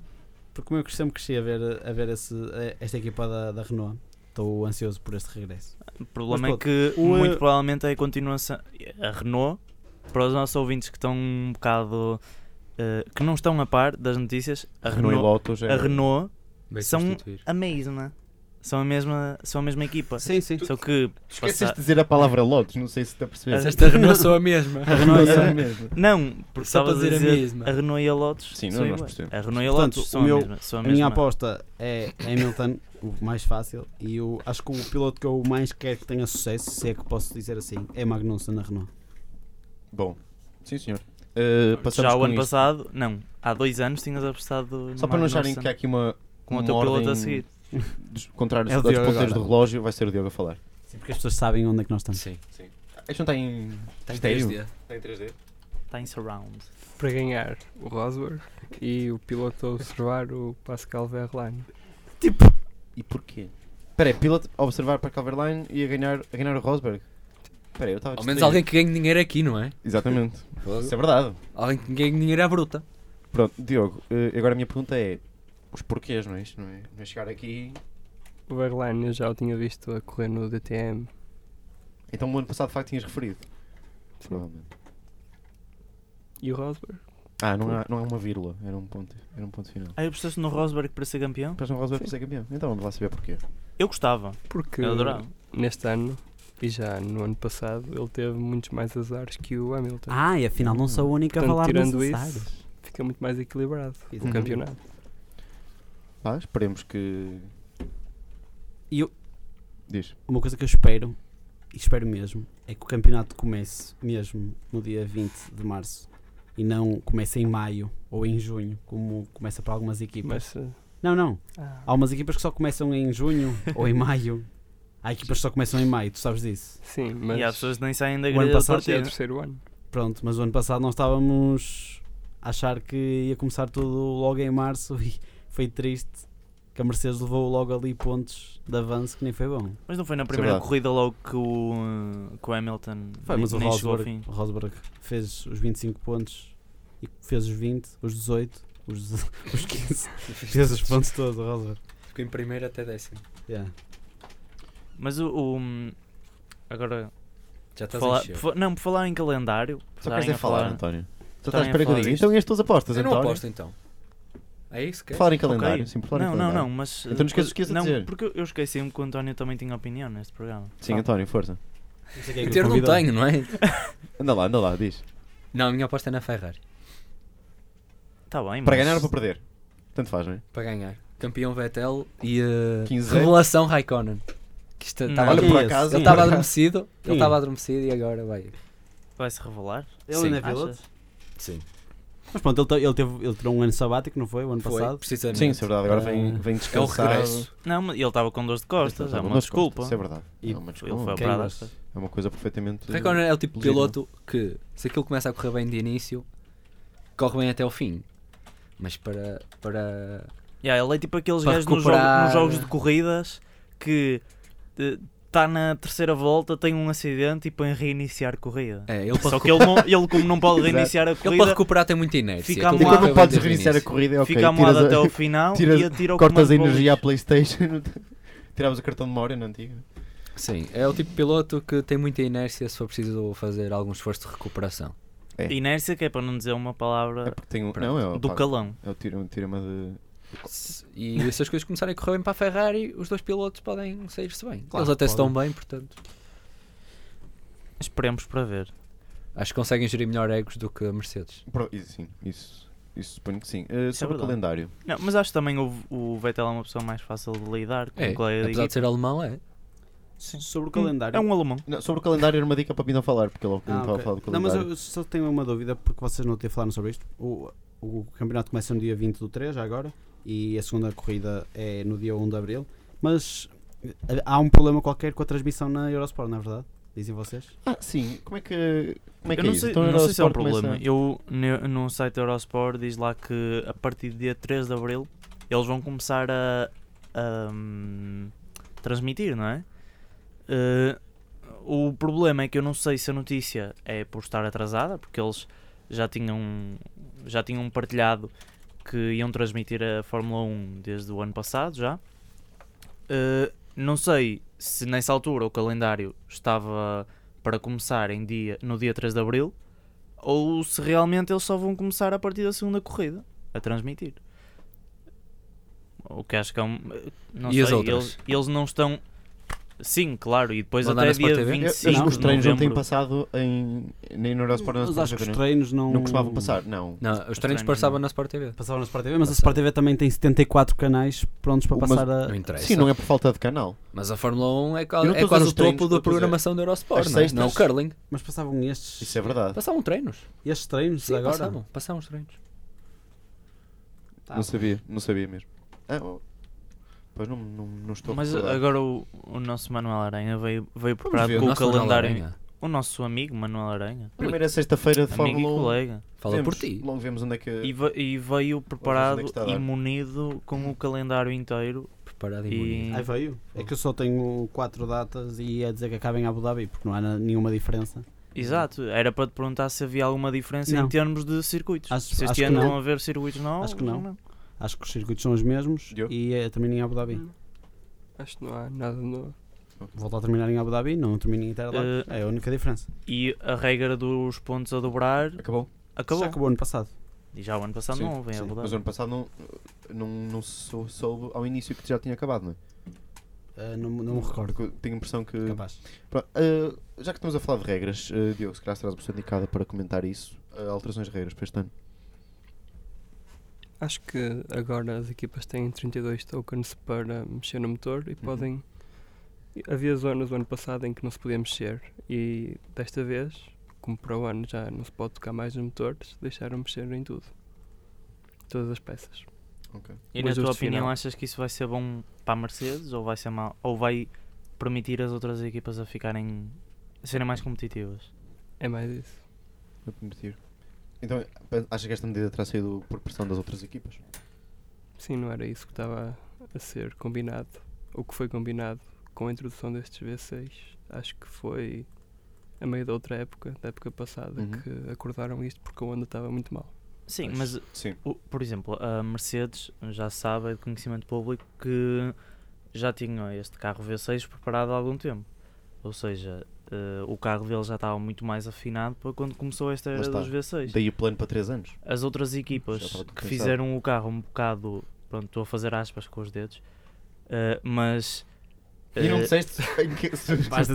Porque como eu sempre cresci a ver, eh, a ver esse, a- esta equipa da, da Renault, estou ansioso por este regresso. O problema Mas é que o, muito eh, provavelmente é a continuação. A Renault, para os nossos ouvintes que estão um bocado. eh, que não estão a par das notícias, a Renault e Renault, Lotus. é- a Renault Vai São- substituir. a mesma. São a mesma, são a mesma equipa. Sim, sim. Só que. Esqueceste passa- de dizer a palavra Lotus, não sei se te apercebeste. Esta Renault sou a mesma. A Renault é- mesmo. Não, porque Só para estavas a dizer a dizer mesma. a Renault e a Lotus. Sim, são nós iguais. percebemos. A Renault e a Portanto, Lotus o são a meu- mesma. São a A mesma. minha aposta é Hamilton, o mais fácil, e eu acho que o piloto que eu mais quero que tenha sucesso, se é que posso dizer assim, é Magnussen na Renault. Bom, sim senhor. Uh, passamos Já o com ano isto. passado, não, há dois anos tinhas apostado no Só para não acharem Magnussen que há aqui uma. com o uma teu piloto ordem a seguir. dos- Contrários É o aos Diogo ponteiros agora. do relógio, vai ser o Diogo a falar. Sim, porque as pessoas sabem onde é que nós estamos. Sim. Isto Ah, não está em. Tem Estéreo. 3D. Está em 3D? Está Tá em surround. Para ganhar o Rosberg e o piloto a observar o Pascal Verlaine. E porquê? Espera aí, piloto a observar para Calverline e a ganhar, a ganhar o Rosberg. Espera aí, eu estava a Ao menos distrair. alguém que ganhe dinheiro aqui, não é? Exatamente, isso é verdade. Alguém que ganhe dinheiro à bruta. Pronto, Diogo, eh, agora a minha pergunta é: os porquês, não é isto? Não é, não é chegar aqui. O Verlaine eu já o tinha visto a correr no DTM. Então, o ano passado, de facto, tinhas referido. Provavelmente. E o Rosberg? Ah, não há, não há uma vírgula, era um ponto, era um ponto final. Ah, eu apostaste no Rosberg para ser campeão? Para o Rosberg para ser campeão, então vamos lá saber porquê. Eu gostava, Porque eu adorava. neste ano e já no ano passado ele teve muitos mais azares que o Hamilton. Ah, e afinal não sou a única a Portanto, falar tirando nos isso, azares. Ah. Fica muito mais equilibrado o Uhum. campeonato. Pá, esperemos que. E eu- Diz. Uma coisa que eu espero, e espero mesmo, é que o campeonato comece mesmo no dia 20 de março e não comece em maio ou em junho, como começa para algumas equipas. Mas eh, Não, não. ah, Há umas equipas que só começam em junho ou em maio. Há equipas que só começam em maio, tu sabes disso. sim, mas E há pessoas que nem saem da O grelha ano da passado é o partida. terceiro ano. Pronto, mas o ano passado nós estávamos a achar que ia começar tudo logo em março e foi triste que a Mercedes levou logo ali pontos de avanço que nem foi bom. Mas não foi na Isso é primeira verdade. corrida logo que o, eh, que o Hamilton Foi, nem- mas o nem chegou ao Rosberg, fim. o Rosberg fez os 25 pontos e fez os 20, os 18, os, os 15. fez os pontos todos, o Rosberg. Ficou em primeiro até décimo. Yeah. Mas o. o, hum, agora. Já estás falar- a encher. por fa- não, por falar em calendário. por Só estarem queres é a falar, António. Só estás Estarem à a espera que eu falar diga. disto. Então e as tuas apostas, Eu não António? aposto então. É isso que Por é? Falar em Ok. calendário, sim, por falar em Não, não, calendário. não, mas. Então não esqueças o que ias a não, dizer. porque eu- eu esqueci-me que o António também tinha opinião neste programa. Sim, António, força. Não sei quem é Eu que o não convidou. tenho, não é? Anda lá, anda lá, diz. Não, a minha aposta é na Ferrari. Está Tá bem, mas. Para ganhar ou para perder? Tanto faz, não é? Para ganhar. Campeão Vettel e eh, 15. revelação Raikkonen. Que isto tá Não. estava Olha, Quem por é esse? acaso- Ele Sim. estava adormecido, ele Sim. estava adormecido e agora vai. Vai se revelar? Ele Sim. ainda é piloto? Achas? Sim, Mas pronto, ele, te- ele teve, ele tirou um ano sabático, não foi? O ano foi, passado? precisamente. Sim, isso é verdade. Agora vem, Ah. vem é o descansado. regresso. Não, mas ele estava com dores de costas, é Descansado, uma mas desculpa. Isso é verdade. E é, uma Ele foi desculpa. Quem operado às gosta? costas. é uma coisa perfeitamente. Raikkonen é o tipo de Legítimo. piloto que, se aquilo começa a correr bem de início, corre bem até o fim. Mas para. para... Yeah, ele é tipo aqueles Para gajos nos, jogo- recuperar- nos jogos de corridas que está na terceira volta, tem um acidente e põe a reiniciar corrida. É, ele para, Só que recu- ele, não- ele, como não pode Exato. reiniciar a ele para corrida, recuperar tem muita inércia. Fica Aquilo E amuado. quando nunca vem podes desde o reiniciar a início. corrida, é ok. fica amuado tiras até a- ao final tiras- e atira o Cortas comando a para o energia à lixo. Playstation. Tiravas o cartão de memória na antiga. Sim, é o tipo de piloto que tem muita inércia se for preciso fazer algum esforço de recuperação. É. Inércia, que é para não dizer uma É palavra porque tem um. Pronto. Não, é, do pá, calão. é o tiro- tirama de. E se as coisas começarem a correr bem para a Ferrari, os dois pilotos podem sair-se bem. Claro Eles que até se dão bem, portanto. Esperemos para ver. Acho que conseguem gerir melhor egos do que a Mercedes. Pro- isso Sim, isso. Isso suponho que sim. Eh, sobre o verdade. calendário. Não, mas acho que também o, o Vettel é uma pessoa mais fácil de lidar com É, o colega de apesar de equipe. ser alemão, é. Sobre o calendário. É um alemão. Não, sobre o calendário era uma dica para mim não falar, porque ele Ah, não estava ok. a falar do Não, calendário. mas eu só tenho uma dúvida, porque vocês não ter falaram sobre isto. O, o campeonato começa no dia 20 do 3, já agora, e a segunda corrida é no dia 1 de abril. Mas eh, há um problema qualquer com a transmissão na Eurosport, não é verdade? Dizem vocês? Ah, sim. Como é que. Como é que eu é não isso? sei, Então, não sei se é um Eurosport começa- problema. Eu, ne- no site da Eurosport, diz lá que a partir do dia 3 de Abril eles vão começar a, a, hum, transmitir, não é? Eh, o problema é que eu não sei se a notícia é por estar atrasada, porque eles já tinham, já tinham partilhado que iam transmitir a Fórmula 1 desde o ano passado já. Eh, não sei se nessa altura o calendário estava para começar em dia, no dia 3 de Abril ou se realmente eles só vão começar a partir da segunda corrida a transmitir. O que acho que é um. Não E sei, as outras? Eles, eles não estão. Sim, claro, e depois Vão dar até na Sport dia TV? Eu- eu- 25 os de treinos não têm novembro. passado em, nem no Eurosport, nem Mas na acho Sport que os TV, não é? treinos não. Não costumavam passar, não. Não, os treinos treinos passavam não. na Sport TV. Passavam na Sport TV, mas a Sport TV também tem 74 canais prontos para Mas- passar Não a. interessa. Sim, não é por falta de canal. Mas a Fórmula 1 é, Eu qual, não é estou a quase dizer o os treinos, topo estou da a dizer programação da Eurosport, as não é? sextas- Não o curling. Mas passavam estes. Isso é verdade. Passavam treinos. Estes treinos Sim, agora? passavam. Passavam os treinos. Tá. Não sabia, não sabia mesmo. Ah, oh. pois não, não, não estou Mas a recordar. agora o, o nosso Manuel Aranha veio, veio preparado ver. com O o, nosso Manuel calendário. Aranha. O nosso amigo Manuel Aranha. Primeira sexta-feira de amigo e Fórmula 1. colega. Fala por Vemos, ti. Logo vemos onde é que. E, ve- e veio onde é preparado que está a dar. e munido com o calendário inteiro. Preparado e E, bonito. Aí veio. É que eu só tenho quatro datas e ia dizer que acaba em Abu Dhabi, porque não há na- nenhuma diferença. Exato, era para te perguntar se havia alguma diferença Não. em termos de circuitos. Acho- se acho este que ano não. vão haver circuitos novos. é? Acho que não. ou Acho que os circuitos são os mesmos Diogo? e é também em Abu Dhabi. Hum. Acho que não há nada novo. Volto a terminar em Abu Dhabi, não termino em Interlagos. Eh, É a única diferença. E a regra dos pontos a dobrar Acabou. acabou. Já acabou ano passado. E já o ano passado Sim, não houve, é sim. verdade. Mas o ano passado não, não, não se sou- soube ao início que já tinha acabado, não é? Ah, não, não me recordo. Porque eu tenho a impressão que. Capaz. Pronto, ah, já que estamos a falar de regras, ah, Diogo, se calhar serás a pessoa indicada para comentar isso. Ah, alterações de regras para este ano. Acho que agora as equipas têm 32 tokens para mexer no motor e Uhum. podem. Havia zonas o ano passado em que não se podia mexer e desta vez, como para o ano já não se pode tocar mais nos motores, deixaram mexer em tudo. Todas as peças. E o na tua ajuste opinião, final. achas que isso vai ser bom para a Mercedes ou vai ser mal? Ou vai permitir as outras equipas a ficarem a serem mais competitivas? É mais isso. Vou permitir. Então, pe- acha que esta medida terá sido por pressão das outras equipas? Sim, não era isso que estava a ser combinado. O que foi combinado com a introdução destes V6, acho que foi a meio da outra época, da época passada, Uhum. que acordaram isto porque a onda estava muito mal. Sim, Pois. mas Sim. o- por exemplo, a Mercedes já sabe é de conhecimento público que já tinha este carro V6 preparado há algum tempo. Ou seja, eh, o carro dele já estava muito mais afinado para quando começou esta Lá era está. dos V6. Daí o plano para 3 anos. As outras Já equipas estava tudo que pensado. fizeram o carro um bocado. Pronto, estou a fazer aspas com os dedos. eh, mas. E não eh, disseste em que. Basta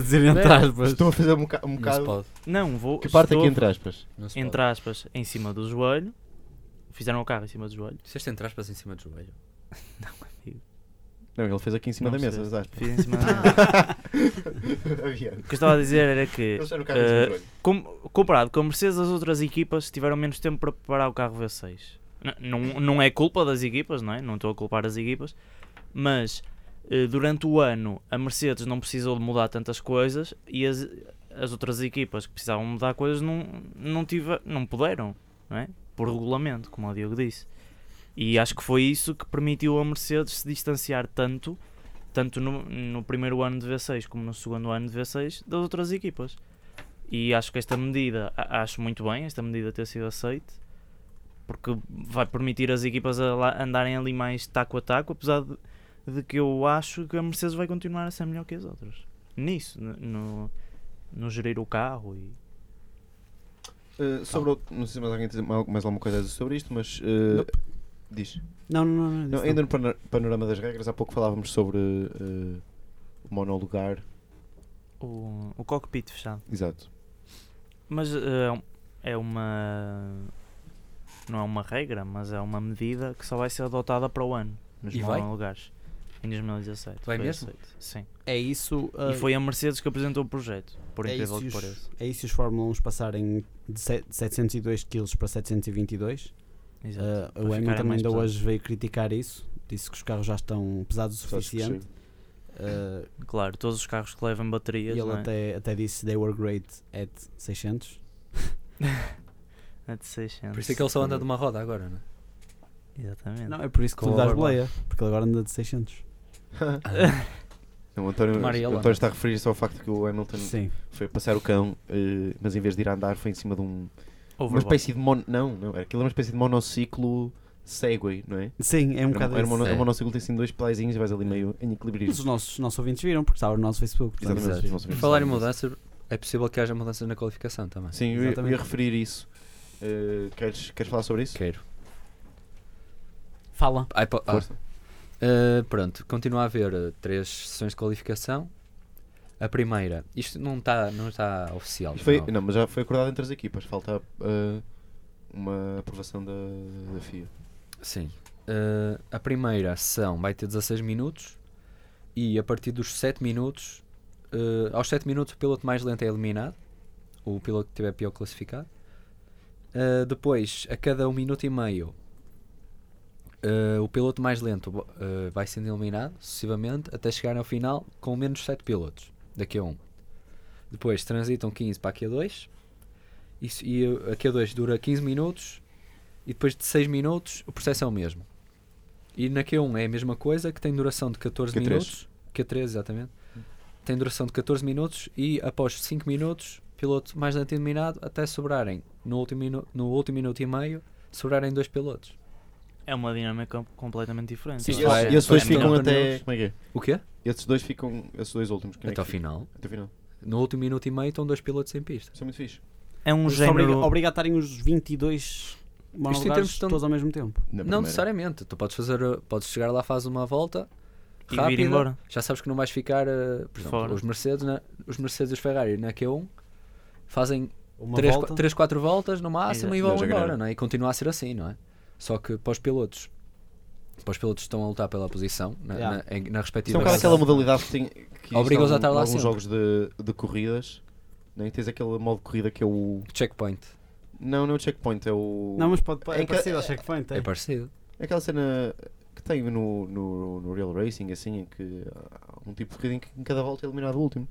dizer entre aspas. Estou a fazer um, boca- um Não se bocado. pode. não, vou. Que parte é estou- que entre aspas? Não se Entre aspas, em cima do joelho. Fizeram o carro em cima do joelho. pode. Disseste entre aspas em cima do joelho. Não, ele fez aqui em cima Não da mesa, sei. as aspas. Fiz em cima da mesa. Adiante. O que eu estava a dizer era que. Eles eram carros de eh, controle. com- comparado com a Mercedes, as outras equipas tiveram menos tempo para preparar o carro V6. N- Não, não é culpa das equipas, não é? Não estou a culpar as equipas, mas eh, durante o ano a Mercedes não precisou de mudar tantas coisas e as, as outras equipas que precisavam mudar coisas não, não, tive, não puderam, não é? Por regulamento, como o Diogo disse. E acho que foi isso que permitiu a Mercedes se distanciar tanto, tanto no, no primeiro ano de V6 como no segundo ano de V6, das outras equipas. E acho que esta medida, a- acho muito bem esta medida ter sido aceita, porque vai permitir as equipas a lá- andarem ali mais taco a taco, apesar de, de que eu acho que a Mercedes vai continuar a ser melhor que as outras. Nisso, no- no, no gerir o carro e Uh, sobre o- não sei se mais alguém tem mais mais alguma coisa a dizer sobre isto, mas. uh, Nope. Diz. Não, não, não. não, Não, disso ainda não. no pano- panorama das regras, há pouco falávamos sobre uh, o monolugar. o, o cockpit fechado. Exato. Mas eh, é uma. Não é uma regra, mas é uma medida que só vai ser adotada para o ano, nos E vai? lugares. Em 2017. Vai foi mesmo? aceito, Sim. É isso. ah, e foi a Mercedes que apresentou o projeto, por é incrível isso que e os- pareça. É isso se os Fórmula 1 passarem de se- de 702 kg para 722. Exato. Ah, Eh, para o Hamilton ficarem ainda mais pesados. hoje veio criticar isso. Disse que os carros já estão pesados o Acho que suficiente. sim. Ah, Claro, todos os carros que levam e baterias. ele não é? até, até disse they were great at 600. É de 600. Por isso é que ele só anda de uma roda agora, não é? Exatamente. Não, é por isso que Com tu o dás boleia. overlap. Porque ele agora anda de 600. Não, é? o António, Tomara ele, o António está a referir-se ao facto que o Hamilton Sim. foi passar o cão, uh, mas em vez de ir a andar, foi em cima de um. Uma Overboard. espécie de mono. Não, não, aquilo é uma espécie de monociclo Segway, não é? Sim, é era, um bocado era isso. mono, é. um monociclo tem assim dois pedazinhos e vais ali meio em equilíbrio. Mas os nossos, nossos ouvintes viram, porque estava no nosso Facebook. portanto, Exatamente, eles os viram. nossos Por ouvintes falar em sabem disso. mudanças, é possível que haja mudanças na qualificação também. Sim, eu ia- eu ia, Exatamente. referir isso. Uh, queres, queres falar sobre isso? Quero. Fala. Ai, pa- ah, Força. Uh, pronto, continua a haver uh, três sessões de qualificação. A primeira, isto não está não está oficial. Isto foi- não. não, mas já foi acordado entre as equipas. Falta ah, uma aprovação da, da FIA. Sim. Uh, a primeira sessão vai ter 16 minutos e a partir dos 7 minutos, uh, aos 7 minutos, o piloto mais lento é eliminado, o piloto que tiver pior classificado. Uh, depois, a cada 1 um minuto e meio, uh, o piloto mais lento uh, vai sendo eliminado sucessivamente até chegar ao final com menos 7 pilotos da Q1. Depois transitam 15 para a Q2 e, se- e a Q2 dura 15 minutos e depois de 6 minutos o processo é o mesmo. E na Q1 é a mesma coisa, que tem duração de 14 Q3. minutos. Q3, exatamente. Tem duração de 14 minutos e após 5 minutos, piloto mais lento eliminado, até sobrarem, no último, minu- no último minuto e meio, sobrarem dois pilotos. É uma dinâmica completamente diferente. Sim, Eu Esses- vai- acho que esses dois é assim ficam melhor. até. Como é que é? O quê? Esses dois ficam. Esses dois últimos. quem é até ao que fica? final. Até o final. No último minuto e meio estão dois pilotos em pista. Isso é muito fixe. É um Isto obriga, género. obriga a estarem os 22 termos monolugares de tão- todos ao mesmo tempo. Na Não primeira. necessariamente. Tu podes fazer, uh, podes chegar lá, fazes uma volta E vir rápida. embora. Já sabes que não vais ficar, uh, por exemplo, Fora. os Mercedes, na- os Mercedes e os Ferrari na Q1 fazem Uma 3, volta. 4 voltas no Exato. máximo e vão Deus embora, agrade. não é? E continua a ser assim, não é? Só que para os pilotos, para os pilotos que estão a lutar pela posição na, Yeah. na, em- na Isso é respectiva um bocado casa, aquela modalidade que tem. Que Obriga-os está a estar em lá alguns sempre. jogos de, de corridas. Nem tens aquele modo de corrida que é o. checkpoint. Não, não é o checkpoint, é o. Não, mas pode é Em ca- parecido ao checkpoint. É É. parecido. É aquela cena que tem no, no, no Real Racing, assim, em que há um tipo de corrida em que em cada volta é eliminado o último.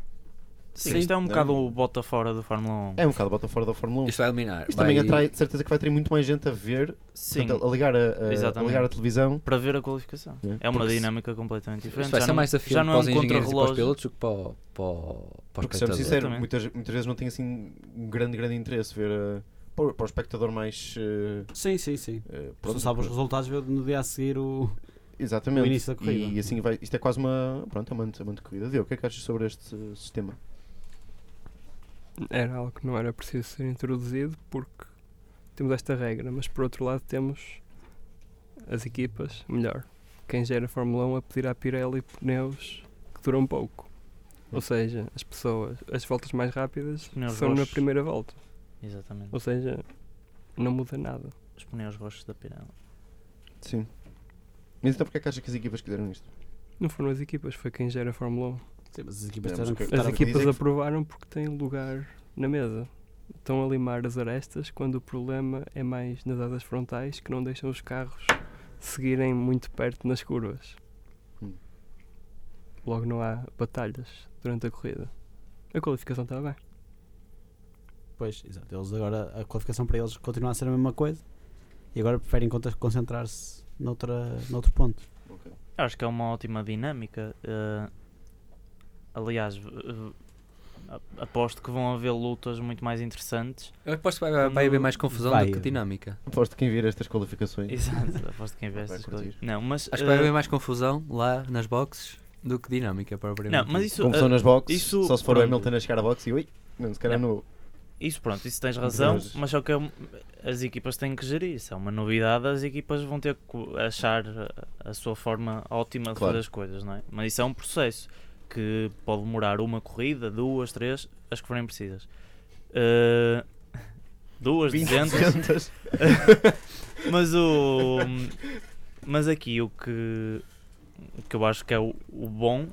Sim, isto é um Não. bocado o bota fora do Fórmula 1. É um bocado bota fora da Fórmula 1. Isto vai eliminar. Isto vai- também atrai, de certeza que vai ter muito mais gente a ver, Sim, então, portanto, a, a ligar a- a, a, Exatamente. ligar a televisão. para ver a qualificação. É. É uma Porque se- dinâmica completamente Isto diferente. vai Já ser não- mais já desafiante não para é os um engenheiros e para os contrarrelógio. pilotos do que para, o- para, o- para os Porque, sejamos espectadores. sinceros, Exatamente. muitas, muitas vezes não tem assim um grande, grande interesse ver a- para, o- para o espectador mais. eh, Sim, sim, sim. eh, Se não pronto, sabe os resultados, vê no dia a seguir o. Exatamente. o início da corrida. E assim vai. Isto é quase uma. Pronto, é uma ante- uma antecorrida. Deu, o que é que achas sobre este eh, sistema? Era algo que não era preciso ser introduzido porque temos esta regra, mas por outro lado temos as equipas, melhor, quem gera a Fórmula 1 a pedir à Pirelli pneus que duram pouco. Ou seja, as pessoas, as voltas mais rápidas Pneus são na roxos. primeira volta. Exatamente. Ou seja, não muda nada. Os pneus roxos da Pirelli. Sim. Mas então, porque é que achas que as equipas quiseram isto? Não foram as equipas, foi quem gera a Fórmula 1. Sim, mas as equipas É, tiveram mas que que- As Estar a votar equipa- equipas dizer que- aprovaram porque têm lugar na mesa. Estão a limar as arestas quando o problema é mais nas asas frontais que não deixam os carros seguirem muito perto nas curvas. Hum. Logo não há batalhas durante a corrida. A qualificação está bem. depois. Exato. Eles agora, a qualificação para eles continua a ser a mesma coisa. E agora preferem conta- concentrar-se noutra, noutro ponto. Acho que é uma ótima dinâmica. eh, aliás, v- v- a- aposto que vão haver lutas muito mais interessantes. Eu aposto que vai, vai- vai haver mais confusão Vai do que haver. dinâmica. Aposto que quem vir estas qualificações. Exato, aposto que quem vê estas curtir. coisas. Não, mas. Acho que vai eh, haver mais confusão lá nas boxes do que dinâmica não, propriamente. mas isso. ah, Confusão eh, nas boxes, isso- só se for o pronto. Hamilton a chegar à boxe e ui, não, se calhar não. Isso pronto, isso tens razão, Mas- mas só que é um- as equipas têm que gerir. Isso é uma novidade, as equipas vão ter que co- achar a- a sua forma ótima de Claro. fazer as coisas, não é? Mas isso é um processo que pode demorar uma corrida, duas, três, as que forem precisas. Eh, duas, 200, mas o. Mas aqui o que, o que eu acho que é o, o bom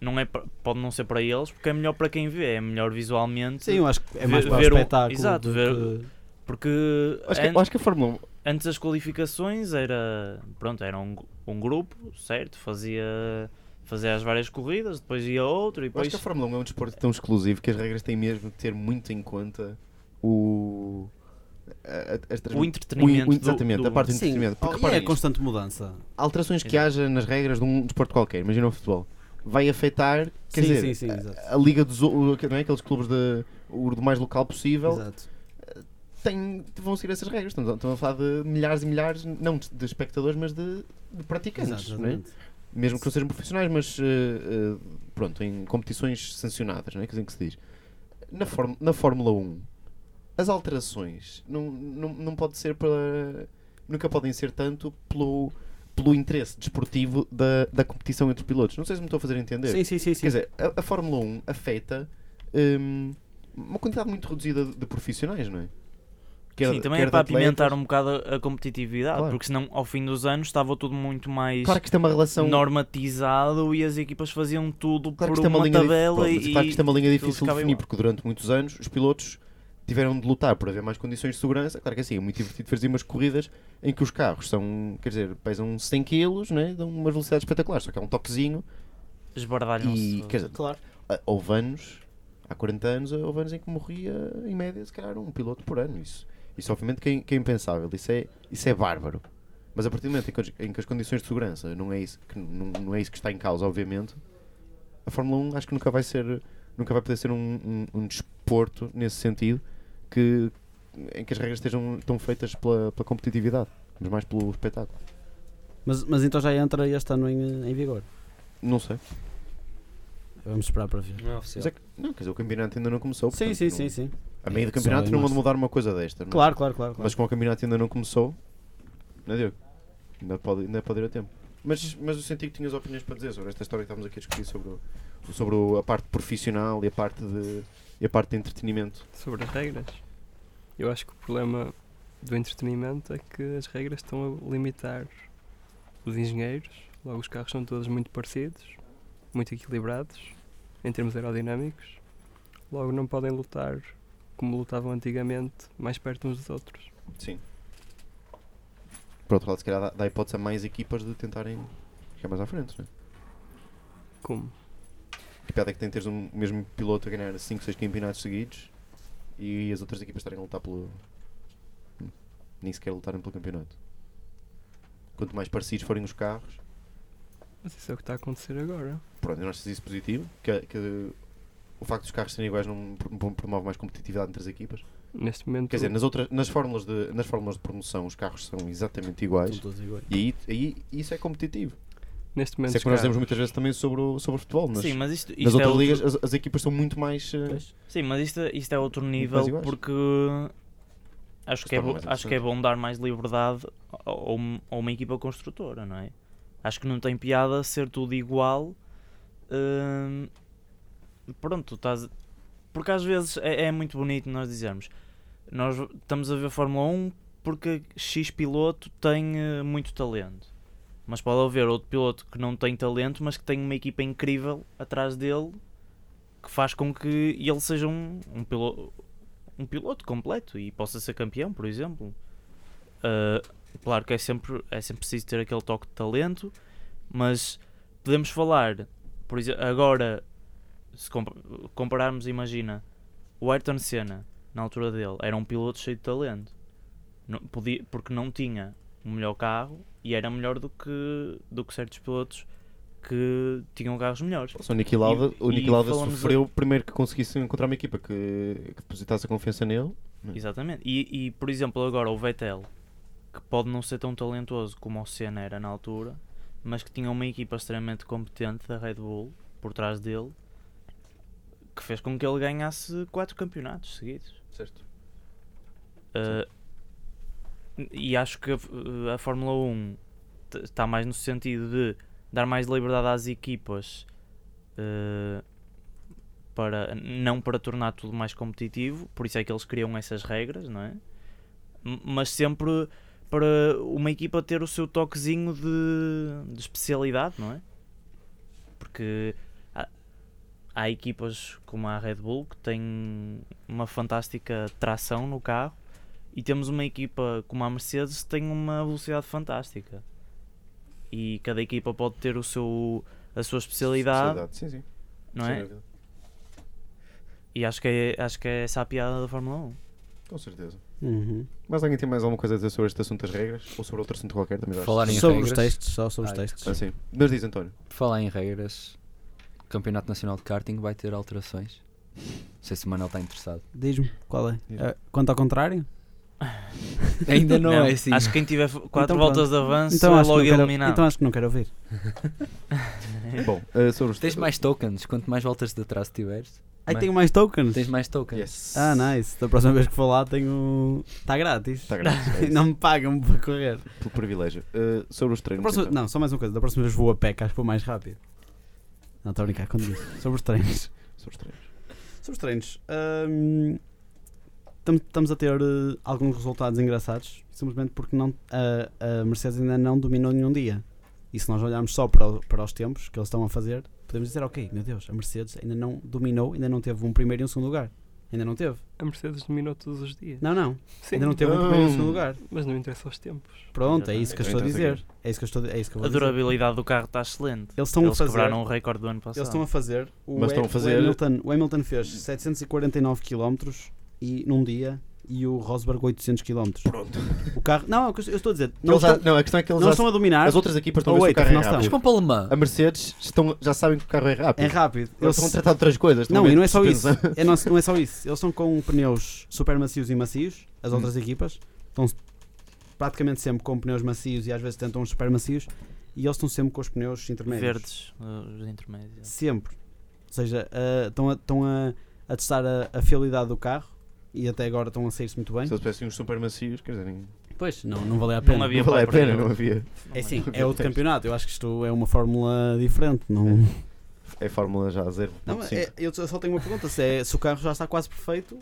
não é, pa- pode não ser para eles, porque é melhor para quem vê, é melhor visualmente. Sim, eu acho que é mais Ver- para o ver o- espetáculo. exato, do ver- que- Porque Acho que, é an- acho que a Fórmula 1 antes das qualificações era pronto era um, gru- um grupo certo fazia fazia as várias corridas depois ia outro e Eu acho depois que a Fórmula 1 é um desporto tão exclusivo que as regras têm mesmo de ter muito em conta o. a- a- as trans- o entretenimento é o- do- exatamente, do- a parte do Sim, entretenimento. Porque e é reparem a isto, constante mudança. alterações que haja nas regras de um desporto qualquer, imagina o futebol, vai afetar, quer sim, dizer, é- sim, sim, exato. a liga dos. o- não é? Aqueles clubes de, o do mais local possível exato. têm, vão seguir essas regras. Estamos, a- estamos a falar de milhares e milhares, não de de espectadores, mas de, de praticantes, Exato, não é? exatamente. mesmo que não sejam profissionais, mas eh, eh, pronto, em competições sancionadas, não é? Que assim que se diz. Na, fór- na Fórmula 1, as alterações não, não, não pode ser para. nunca podem ser tanto pelo, pelo interesse desportivo da, da competição entre pilotos. Não sei se me estou a fazer entender. Sim, sim, sim. sim. Quer dizer, a, a Fórmula 1 afeta hum, uma quantidade muito reduzida de, de profissionais, não é? Quer- sim também quer é de para atletas. apimentar um bocado a, a competitividade Claro. porque senão ao fim dos anos estava tudo muito mais Claro que isto é uma relação. normatizado e as equipas faziam tudo Claro que isto por é uma, uma, linha dif- tabela pronto, mas e claro que isto é uma linha tudo difícil de ficava definir, igual. porque durante muitos anos os pilotos tiveram de lutar por haver mais condições de segurança. Claro que assim, é muito divertido fazer umas corridas em que os carros são, quer dizer, pesam 100 kg, né? dão uma velocidade espetacular, só que é um toquezinho esbardalham-se e, quer dizer, Claro. ah, houve anos, há 40 anos, houve anos em que morria, em média, se calhar, um piloto por ano. Isso, isso obviamente, que é, que é impensável. Isso é, isso é bárbaro. Mas a partir do momento em que, as- em que as condições de segurança não é, isso que, não, não é isso que está em causa, obviamente, a Fórmula 1 acho que nunca vai ser, nunca vai poder ser um, um- um desporto nesse sentido que, em que as regras estejam tão feitas pela, pela competitividade, mas mais pelo espetáculo. Mas, mas então já entra este ano em, em vigor. Não sei. Vamos esperar para ver. Não Mas é é oficial. que- não, quer dizer, o campeonato ainda não começou. Sim, portanto, sim, não- sim, sim. A meio do Só campeonato em não vão março. mudar uma coisa desta, não é? Claro, claro, claro. claro. Mas como o campeonato ainda não começou, não deu. Ainda pode, ainda pode ir a tempo. Mas, mas eu senti que tinhas opiniões para dizer sobre esta história que estávamos aqui a discutir sobre, o- sobre o- a parte profissional e a parte de, e a parte de entretenimento. Sobre as regras, eu acho que o problema do entretenimento é que as regras estão a limitar os engenheiros. Logo, os carros são todos muito parecidos, muito equilibrados em termos aerodinâmicos. Logo, não podem lutar como lutavam antigamente, mais perto uns dos outros. Sim. Por outro lado, se calhar dá, dá hipótese a mais equipas de tentarem chegar mais à frente, não é? Como? Que piada é que tem teres um, o mesmo piloto a ganhar 5, 6 campeonatos seguidos e as outras equipas estarem a lutar pelo. hum, nem sequer lutarem pelo campeonato. Quanto mais parecidos forem os carros, Mas isso é o que está a acontecer agora. pronto, eu não acho isso positivo, que, que o facto dos carros serem iguais não pro- não promove mais competitividade entre as equipas. Neste momento, Quer dizer, nas outras nas fórmulas de nas fórmulas de promoção os carros são exatamente iguais. Estão todos iguais. E aí, aí isso é competitivo. neste Isso momento é os que nós dizemos carros- muitas vezes também sobre o, sobre o futebol. Nas, sim mas isto, isto nas é outras outro- ligas as, as equipas são muito mais. eh, Sim, mas isto, isto é outro mais nível iguais. porque acho Isto que, é torna mais bo- acho que é bom dar mais liberdade a, a um- a uma equipa construtora, não é? Acho que não tem piada ser tudo igual. hum, pronto, estás. Porque às vezes é, é muito bonito nós dizermos nós estamos a ver Fórmula 1 porque X piloto tem eh, muito talento. Mas pode haver outro piloto que não tem talento, mas que tem uma equipa incrível atrás dele que faz com que ele seja um, um, pilo- um piloto completo e possa ser campeão, por exemplo. Ah, claro que é sempre, é sempre preciso ter aquele toque de talento, mas podemos falar, por exemplo, agora, se compa- compararmos, imagina, o Ayrton Senna, na altura dele, era um piloto cheio de talento. Não, podia, porque não tinha o melhor carro e era melhor do que, do que certos pilotos que tinham carros melhores. Só o Niki Lauda, o E- Niki e Lauda falamos- sofreu primeiro que conseguisse encontrar uma equipa que, que depositasse a confiança nele. Exatamente. E, e, por exemplo, agora o Vettel, que pode não ser tão talentoso como o Senna era na altura, mas que tinha uma equipa extremamente competente da Red Bull por trás dele, que fez com que ele ganhasse quatro campeonatos seguidos. Certo. Uh, e acho que a, f- eh, a Fórmula 1 está mais no sentido de dar mais liberdade às equipas uh, para não para tornar tudo mais competitivo, por isso é que eles criam essas regras, não é? M- Mas sempre para uma equipa ter o seu toquezinho de, de especialidade, não é? Porque há, há equipas como a Red Bull que têm uma fantástica tração no carro e temos uma equipa como a Mercedes que tem uma velocidade fantástica e cada equipa pode ter o seu a sua especialidade, Sim, sim. não sem é? dúvida. E acho que é, acho que é essa a piada da Fórmula 1. Com certeza. Uhum. Mas alguém tem mais alguma coisa a dizer sobre este assunto das regras? Ou sobre outro assunto qualquer também? acho. Falar em Sobre regras, os textos, só sobre os Ai. textos. Ah, sim. Mas diz, António. por Falar em regras, o Campeonato Nacional de Karting vai ter alterações. Não sei se o Manel está interessado. Diz-me qual é? Diz. Ah, quanto ao contrário? Ainda não, é assim. Acho que quem tiver f- quatro Então voltas de pronto. avanço Então é acho, que logo não quero, eliminado. então acho que não quero ouvir. Bom, ah, sobre os Tens mais tokens, quanto mais voltas de atraso tiveres, Aí Mas- tenho mais tokens. tens mais tokens. Yes. Ah, nice. Da próxima vez que for lá tenho. Está grátis. Está grátis. é isso. não me pagam para correr. Pelo privilégio. Ah, sobre os Da treinos. próxima- então. Não, só mais uma coisa. Da próxima vez vou a pé, que acho que vou mais rápido. Não, estou a brincar quando diz. Sobre os treinos. Sobre os treinos. Sobre os treinos. estamos a ter eh, alguns resultados engraçados, simplesmente porque não, a- a Mercedes ainda não dominou nenhum dia. E se nós olharmos só para, o- para os tempos que eles estão a fazer, podemos dizer, ok, meu Deus, a Mercedes ainda não dominou, ainda não teve um primeiro e um segundo lugar. Ainda não teve. A Mercedes dominou todos os dias. Não, não. Sim, Ainda não teve um primeiro e um segundo lugar. mas não interessa os tempos. Pronto, é isso que eu estou a Exatamente. dizer. É isso que eu estou, é isso que eu A vou dizer. durabilidade do carro está excelente. Eles estão a Eles fazer. quebraram o recorde do ano Eles estão passado. a fazer. O, Mas Ha- estão a fazer- O Hamilton, o Hamilton fez 749 km e, num dia e o Rosberg 800 km. Pronto. O carro. Não, é o que eu estou a dizer. Não, Não, estão, não, a questão é que eles não já- estão a dominar. As outras equipas estão Oh, a ver se wait, o carro é não estão. Mas rápido. compra o alemã. A Mercedes estão, já sabem que o carro é rápido. É rápido. Eles estão a tratar de outras coisas. estão Não, a e ver não é só isso. suspensão. É não, não é só isso. Eles estão com pneus super macios e macios, as Hum. outras equipas. Estão praticamente sempre com pneus macios e às vezes tentam uns super macios. E eles estão sempre com os pneus intermédios. Verdes, uh, os intermédios. Sempre. Ou seja, ah, estão a, estão a, a testar a, a fiabilidade do carro e até agora estão a sair-se muito bem. Se eles tivessem uns super macios, quer dizer, nem- Pois, não, não valeu a Não pena. havia não vale a palavra pena, nenhuma. não havia. É sim, Não é outro havia campeonato. Eu acho que isto é uma fórmula diferente. Não... É Fórmula já zero. Não, mas é- eu só tenho uma pergunta: se, é- se o carro já está quase perfeito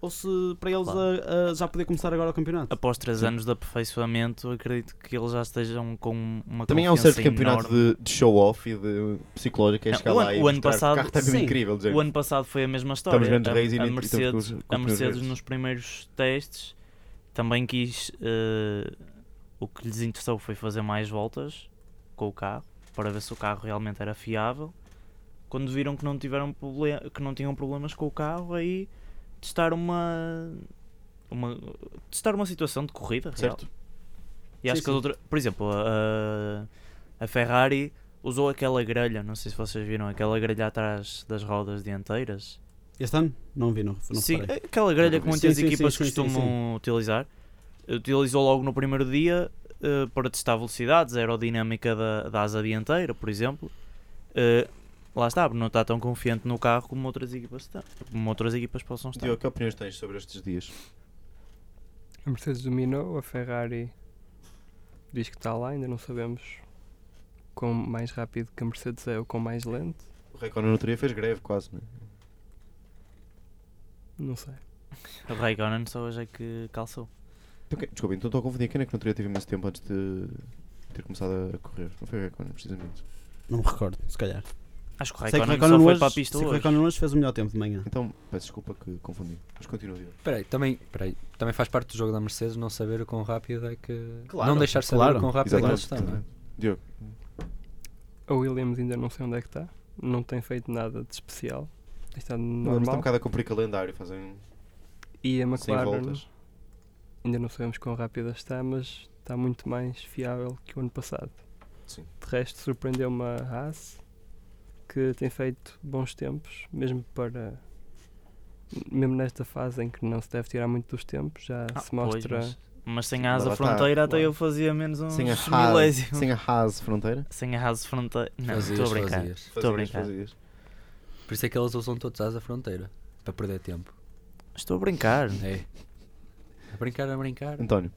ou se para eles Claro. Ah. ah, ah, já poder começar agora o campeonato? Após 3 anos de aperfeiçoamento, acredito que eles já estejam com uma Também há um confiança certo campeonato enorme. de, de show-off e de psicológico. É Não, chegar o lá ano- e o ano mostrar que passado- o carro está mesmo sim. incrível. Dizer, O ano passado foi a mesma história. estamos grandes A- reis e a nem- e estamos com Mercedes os- com a os Mercedes verdes. nos primeiros testes também quis eh, o que lhes interessou foi fazer mais voltas com o carro para ver se o carro realmente era fiável quando viram que não tiveram proble- que não tinham problemas com o carro aí testar uma uma testar uma situação de corrida real. Certo? E acho Sim, sim. que as outras. Por exemplo, a, a Ferrari usou aquela grelha, não sei se vocês viram, aquela grelha atrás das rodas dianteiras. Este ano? Não vi, não, não sim, reparei. aquela grelha que Sim, muitas sim, sim, equipas sim, sim, costumam utilizar. Utilizou logo no primeiro dia eh, para testar velocidades, a aerodinâmica da, da asa dianteira, por exemplo. Eh, lá está, não está tão confiante no carro como outras equipas, estão, como outras equipas possam estar. Diogo, que opiniões tens sobre estes dias? A Mercedes dominou, a Ferrari diz que está lá, ainda não sabemos quão mais rápido que a Mercedes é ou quão mais lento. O Recon no outro dia fez greve quase, não é? Não sei. O Raikkonen só hoje é que calçou. Então, que- Desculpa, então estou a confundir. Quem é que no outro dia teve imenso tempo antes de ter começado a correr? Não foi o Recon, precisamente. Não me recordo, se calhar. Acho que o Sei que o Raikkonen só Raikkonen foi hoje- para a pista sei que o hoje. Raikkonen hoje fez o melhor tempo de manhã. Então, peço desculpa que confundi. Mas continua, Diogo. Peraí, também, peraí, também faz parte do jogo da Mercedes não saber o quão rápido é que. Claro, não deixar saber claro. o quão rápido é que eles estão. não é? Exatamente. Diogo, A Williams ainda não sei onde é que está, não tem feito nada de especial. Está não, mas está um normal. bocado a cumprir calendário, fazem E a 100 McLaren voltas. ainda não sabemos quão rápida está, mas está muito mais fiável que o ano passado. Sim. De resto, surpreendeu-me a Haas, que tem feito bons tempos, mesmo para. Mesmo nesta fase em que não se deve tirar muito dos tempos, já Ah, se pois, mostra. mas, mas sem Lá a asa está, fronteira até claro. eu fazia menos uns Sem a Haas, milésimo. sem a Haas fronteira? Sem a asa fronteira. Não, Fazias, estou a brincar. fazias. Estou a brincar. Por isso é que eles usam todos asa fronteira. Para perder tempo. Estou a brincar. É. A brincar, a brincar. António,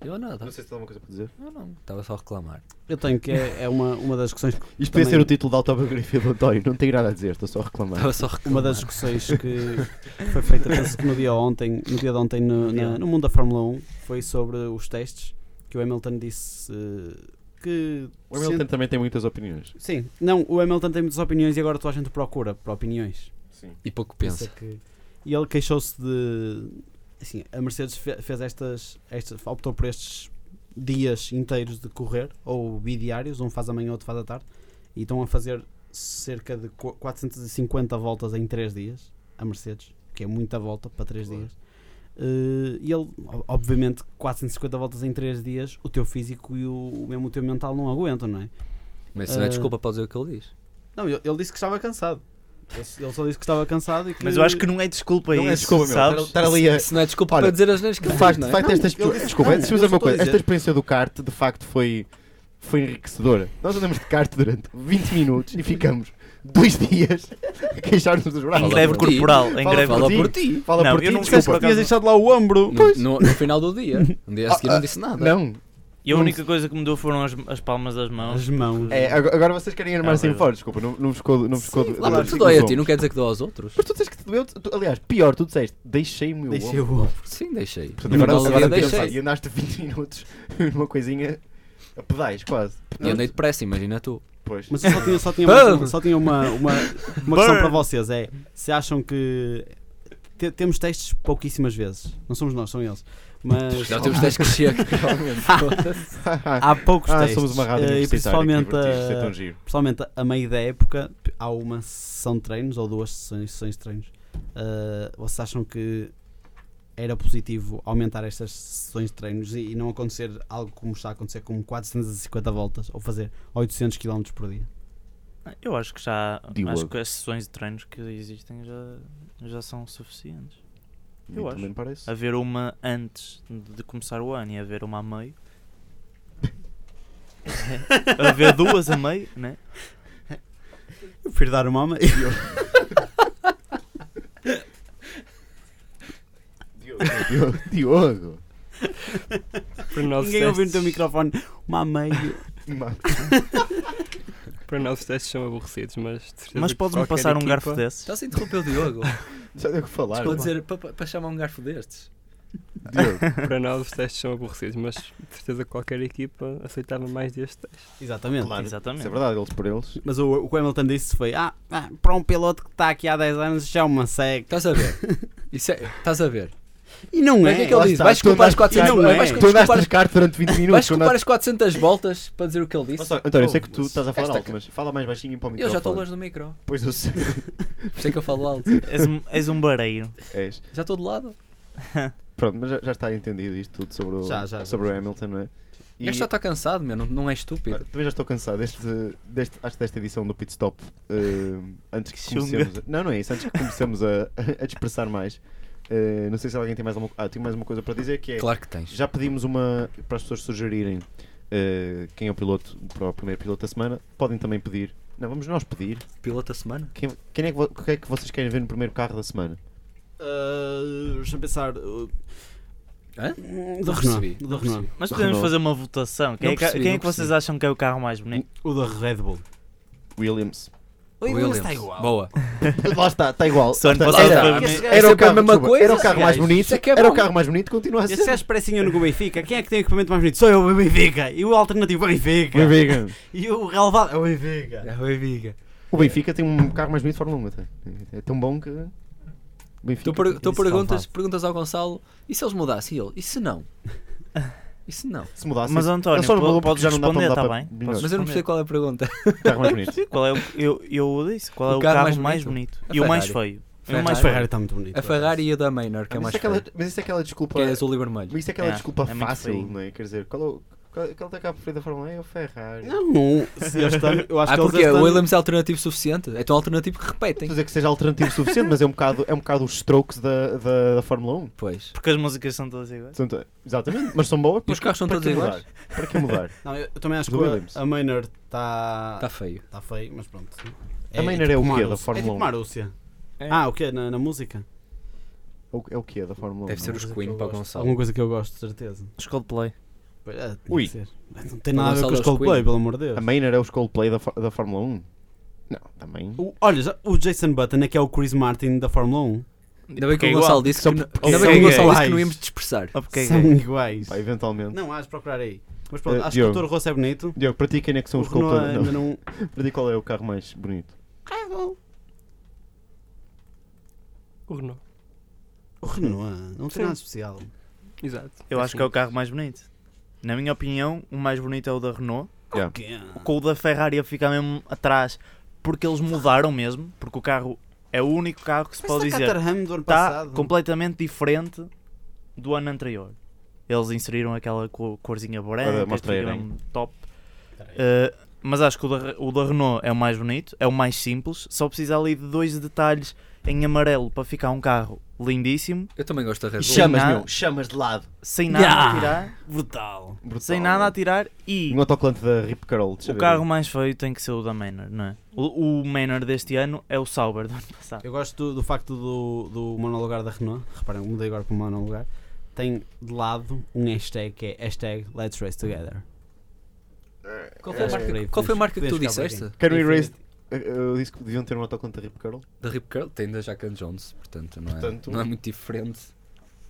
Eu nada. não sei se tem alguma coisa para dizer. Eu não. Estava só a reclamar. Eu tenho que é, é uma, uma das questões que- Isto podia Também- ser o título da autobiografia do António, não tenho nada a dizer, estou só a reclamar. Estava só a reclamar. uma das discussões que foi feita penso que no dia ontem, no dia de ontem no, na- no mundo da Fórmula 1 foi sobre os testes que o Hamilton disse eh, que O Hamilton sente- também tem muitas opiniões. Sim, não, o Hamilton tem muitas opiniões e agora toda a gente procura por opiniões. Sim. E pouco Por isso é pensa. que- E ele queixou-se de. Assim, a Mercedes fe- fez estas, estas. optou por estes dias inteiros de correr, ou bidiários, um faz amanhã, outro faz à tarde, e estão a fazer cerca de qu- 450 voltas em 3 dias, a Mercedes, que é muita volta para 3 dias. Eh, e ele, o- obviamente, 450 voltas em 3 dias, o teu físico e o, mesmo o teu mental não aguentam, não é? Mas isso não é Ah. desculpa para dizer o que ele diz. Não, ele, ele disse que estava cansado. Ele, ele só disse que estava cansado e que. Mas eu acho que não é desculpa Não isso, é desculpa, meu. sabes? Estar ali a. Isso não é desculpa Olha, para dizer as neiras que De ele facto, diz, de não é? facto esta ele experiência. disse- Desculpa, não, antes de eu dizer uma estou a coisa. Esta dizer. experiência do kart, de facto, foi. Foi enriquecedora. Nós andamos de kart durante 20 minutos e ficamos dois dias a queixar-nos dos Em braços. Fala greve por ti. corporal. Em Fala greve por Fala ti. por ti. Fala Não, por eu ti, não desculpa. por acaso- deixado lá o ombro. No, no- no final do dia. Um dia a seguir Ah, não disse é nada. Não, E a única coisa que me deu foram as, as palmas das mãos. As mãos. É, ag- agora vocês querem ir mais Ah, sem pois. fora, desculpa, não, não vos ficou. Não vos ficou Sim, do- claro, é do- Claro, do- tu do- dói a do- ti, não quer dizer que dói aos outros. Mas tu disseste que te doeu. tu- aliás, pior, tu disseste, deixei o meu Deixei ombro. o ombro. Sim, deixei. Portanto, No agora, final do agora dia, tens- deixei. e andaste 20 minutos numa coisinha a pedais, quase. E andei depressa, imagina tu. Pois. Mas eu só tinha, só tinha, uma, só tinha uma, uma, uma questão Burn. para vocês: é se acham que. te- temos testes pouquíssimas vezes. Não somos nós, são eles. Mas Já temos 10 que chega. há poucos ah, testes. somos uma rádio eh, e universitária, que principalmente, eh, divertido, isto é a- tão giro. principalmente a meio da época, há uma sessão de treinos ou duas sessões, sessões de treinos. Ah, vocês acham que era positivo aumentar estas sessões de treinos e, e não acontecer algo como está a acontecer, como 450 voltas ou fazer 800 km por dia? Eu acho que já. Diogo. Acho que as sessões de treinos que existem já, já são suficientes. Eu E acho. também parece. Haver uma antes de começar o ano e haver uma a meio. haver duas a meio, né? Eu prefiro dar uma ama. Diogo, Diogo, Diogo. Para nós, os Ninguém ouviu no teu testes- microfone. Uma a meio. para nós os testes são aborrecidos, mas. de certeza Mas que podes-me qualquer passar um equipa- garfo desses? Já se interrompeu o Diogo. Já deu o que falar. Para mano. dizer, para- para para chamar um garfo destes. Diogo, Para nós os testes são aborrecidos, mas de certeza que qualquer equipa aceitava mais deste teste. Exatamente. Claro. Exatamente. isso é verdade, eles por eles. Mas o, o que o Hamilton disse foi: ah, ah, para um piloto que está aqui há 10 anos, já é uma seca. Estás a ver? Isso é, estás a ver? E não Como é. é que é que Lá ele diz? está, Vais tu culpar as andaste- 400 Não é. vais Tu andaste culpar- nas cartas durante 20 minutos. Vais tu culpar andaste- as 400 voltas para dizer o que ele disse? Mas só, António, eu sei Oh, que tu mas estás a falar esta alto, mas fala mais baixinho para o Eu microfone. já estou longe do micro. Pois eu sei. Por isso é que eu falo alto. És um, és um bareiro. És. Já estou de lado. Pronto, mas já, já está entendido isto tudo sobre o, Já, já, já. sobre o Hamilton, não é? E- Este já está cansado, meu. Não, não é estúpido. Olha, Também já estou cansado deste, deste, acho que desta edição do Pit Stop. eh, antes que, Que chunga. comecemos. a- não, não é isso. Antes que comecemos a, a dispersar mais, eh, não sei se alguém tem mais alguma, ah, tem mais uma coisa para dizer que é. Claro que tens. Já pedimos uma para as pessoas sugerirem eh, quem é o piloto para o primeiro piloto da semana. Podem também pedir. Não, vamos nós pedir. Piloto da semana? Quem, quem é que, vo- o que é que vocês querem ver no primeiro carro da semana? Ah, Deixa-me pensar. uh, Hã? Do Renault. Do Renault. Mas Não, podemos não. fazer uma votação. Quem, Não é, que- percebi, quem é não que vocês percebi. acham que é o carro mais bonito? O da Red Bull. Williams. O Williams está igual. Boa. Lá está, está igual. Só ano Lá passado é está. foi Era- bonito. Era é o Sempre a carro, mesma desculpa, coisa, era o carro mais gajos. bonito, Isso é que é era o bom. é carro mais bonito, continua a E se ser. és pressinha no Benfica, quem é que tem o equipamento mais bonito? Sou eu, o Benfica. E o alternativo, é o Benfica. Benfica. E o relevado, é o Benfica. É o Benfica. O Benfica tem um carro mais bonito de Fórmula 1 até. É tão bom que. o Benfica. Tu, per- é tu isso perguntas, salvado. perguntas ao Gonçalo e se eles mudassem? E ele, e se não? E se não? Se mudasse. Mas, isso- António, Ele só não po- mudou porque podes já não dá para responder, mudar tá para bem? melhor. Podes Mas eu não percebo qual é a pergunta. O carro mais bonito. Qual é o, eu, eu disse, qual é o, O carro carro mais mais bonito? bonito? A E É o mais Ferrari. feio? Eu Mas mais- a Ferrari está muito bonito. A Ferrari e a da Maynard, que é mas, mais isso é aquela, feio, mas isso é aquela desculpa. que é azul e vermelho. Mas isso é aquela É, desculpa é muito fácil, feio. não é? Quer dizer, qual é o- qual- qual é que é a preferida da Fórmula 1? É o Ferrari. Não, não. Se este ano, eu acho Ah, que eles porque este o ano- Williams é alternativo suficiente? É tão alternativo que repetem. Estou a dizer que seja alternativo suficiente, mas é um bocado, é um bocado os strokes da, da, da Fórmula 1. Pois. Porque as músicas são todas iguais. São to- exatamente, mas são boas. E os porque- carros são para todos que mudar? iguais? Para que mudar? Não, eu também acho que Do Williams. a, a Maynard está Está feio. tá feio, mas pronto. A Maynard é o tipo quê da Marúcia. Fórmula É tipo 1? Marúcia. É. Ah, o quê? Na, na música? É o, é o que é da Fórmula 1? Deve ser não é? os Alguma coisa Queen que eu para o gosto. Gonçalo. Alguma coisa que eu gosto, de certeza. Os Coldplay. Pois, é, tinha Ui. que ser. Não tem O nada a ver Gonçalo com os é os Coldplay, Queen. pelo amor de Deus. A Maynard é os Coldplay da, fó- da Fórmula 1? Não, também. O- olha, já- o Jason Button é que é o Chris Martin da Fórmula 1. Ainda bem que Porque é o igual. Gonçalo disse que São não- porque ainda bem que são o Gonçalo disse que iguais. não íamos dispersar. Ah, porque é São gay. iguais. Pá, eventualmente. Não, hás de procurar aí. Mas pronto, Eh, acho Diogo. que o Toro Rosso é bonito. Diogo, para ti quem é que são O os Coldplay? Renault Não. ainda não. Para ti qual é o carro mais bonito? O Renault. O Renault não tem Sim. nada de especial. Exato. Eu acho que é o carro mais bonito. Na minha opinião, o mais bonito é o da Renault. Yeah. Que- é? Com o da Ferrari a ficar mesmo atrás. Porque eles mudaram mesmo. Porque o carro é o único carro que se pode Parece a dizer. Caterham do Tá ano Está passado. tá completamente diferente do ano anterior. Eles inseriram aquela co- corzinha branca. Ora, mostra aí, fica hein? mesmo um top. Uh, mas acho que o da, o da Renault é o mais bonito, é o mais simples. Só precisa ali de dois detalhes em amarelo para ficar um carro lindíssimo, Eu também gosto da Red Bull. Chama- Chamas, meu, chamas de lado. sem nada Yeah. a tirar, Brutal. sem nada a tirar e Um autocolante da Rip Curl. deixa o ver. carro mais feio tem que ser o da Maynard, não é? O, o Maynard deste ano é o Sauber do ano passado. Eu gosto do, do facto do, do monolugar da Renault. Reparem, mudei agora para o monolugar. Tem de lado um hashtag que é hashtag Let's Race Together. Qual foi a É. marca, qual foi a marca que tu Podemos ficar por disseste? Can we raise. Eu- Eu disse que deviam ter um autocolante da Rip Curl. Da Rip Curl? Tem da Jack and Jones, portanto não, Portanto- é, não é muito diferente.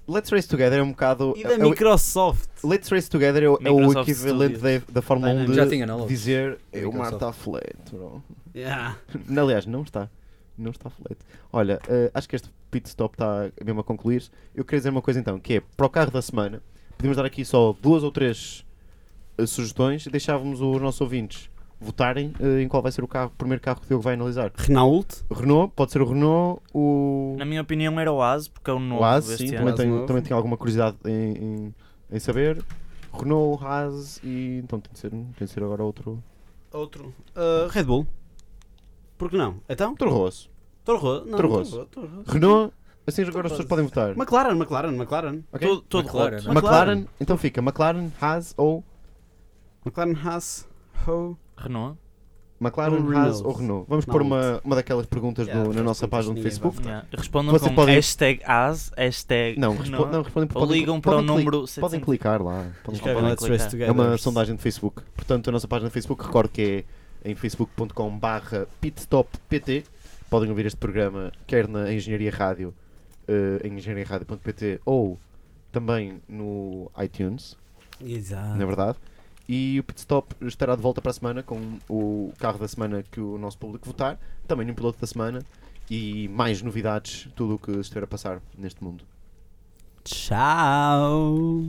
Let's Race Together é um bocado. E é- da é o- Microsoft. Let's Race Together é, o- é o Microsoft equivalente da, da Fórmula 1 de Já tinha na logo. dizer eu Microsoft. mar está flat, bro. Yeah. Aliás, não está. Não está flat. Olha, eh, acho que este pit stop está mesmo a concluir. Eu queria dizer uma coisa então, que é para o carro da semana, podemos dar aqui só duas ou três eh, sugestões e deixávamos os nossos ouvintes votarem eh, em qual vai ser o carro, o primeiro carro que o Diogo vai analisar. Renault. Renault, pode ser o Renault, o, Na minha opinião era o Aze, porque é o novo o Haas, deste sim, ano. também Haas tenho, novo. também tenho alguma curiosidade em, em, em saber. Renault, Haas e então tem de ser, tem de ser agora outro, Outro. Uh, Red Bull. Por que não? Então? outro Rosso. Toro Rosso. Toro Não, Toro Rosso. Rosso, Toro Rosso. Renault, assim agora as pessoas podem votar. McLaren, McLaren, McLaren. ok? Todo, todo McLaren, roto. não é? McLaren, McLaren. então fica McLaren, Haas ou McLaren Haas. Ho. Renault. McLaren, Ou Haas Renault. ou Renault. Vamos Não, pôr uma, uma daquelas perguntas Yeah, do- na faz nossa contas, página do ninguém Facebook. Yeah. Respondam Você com podem- hashtag Aze, hashtag Não, Renault. respo- não, respondem Ou podem- ligam para o podem cli- número Podem 700. clicar lá. podem Escreve Escrevem clicar. lá. Let's Race É Together. uma sondagem de Facebook. Portanto, a nossa página de Facebook, recordo que é em facebook.com barra pitstoppt. Podem ouvir este programa quer na Engenharia Rádio, eh, em engenhariaradio.pt ou também no iTunes. Exato. na verdade. E o pit stop estará de volta para a semana com o carro da semana que o nosso público votar, também um piloto da semana e mais novidades, tudo o que estiver a passar neste mundo. Tchau.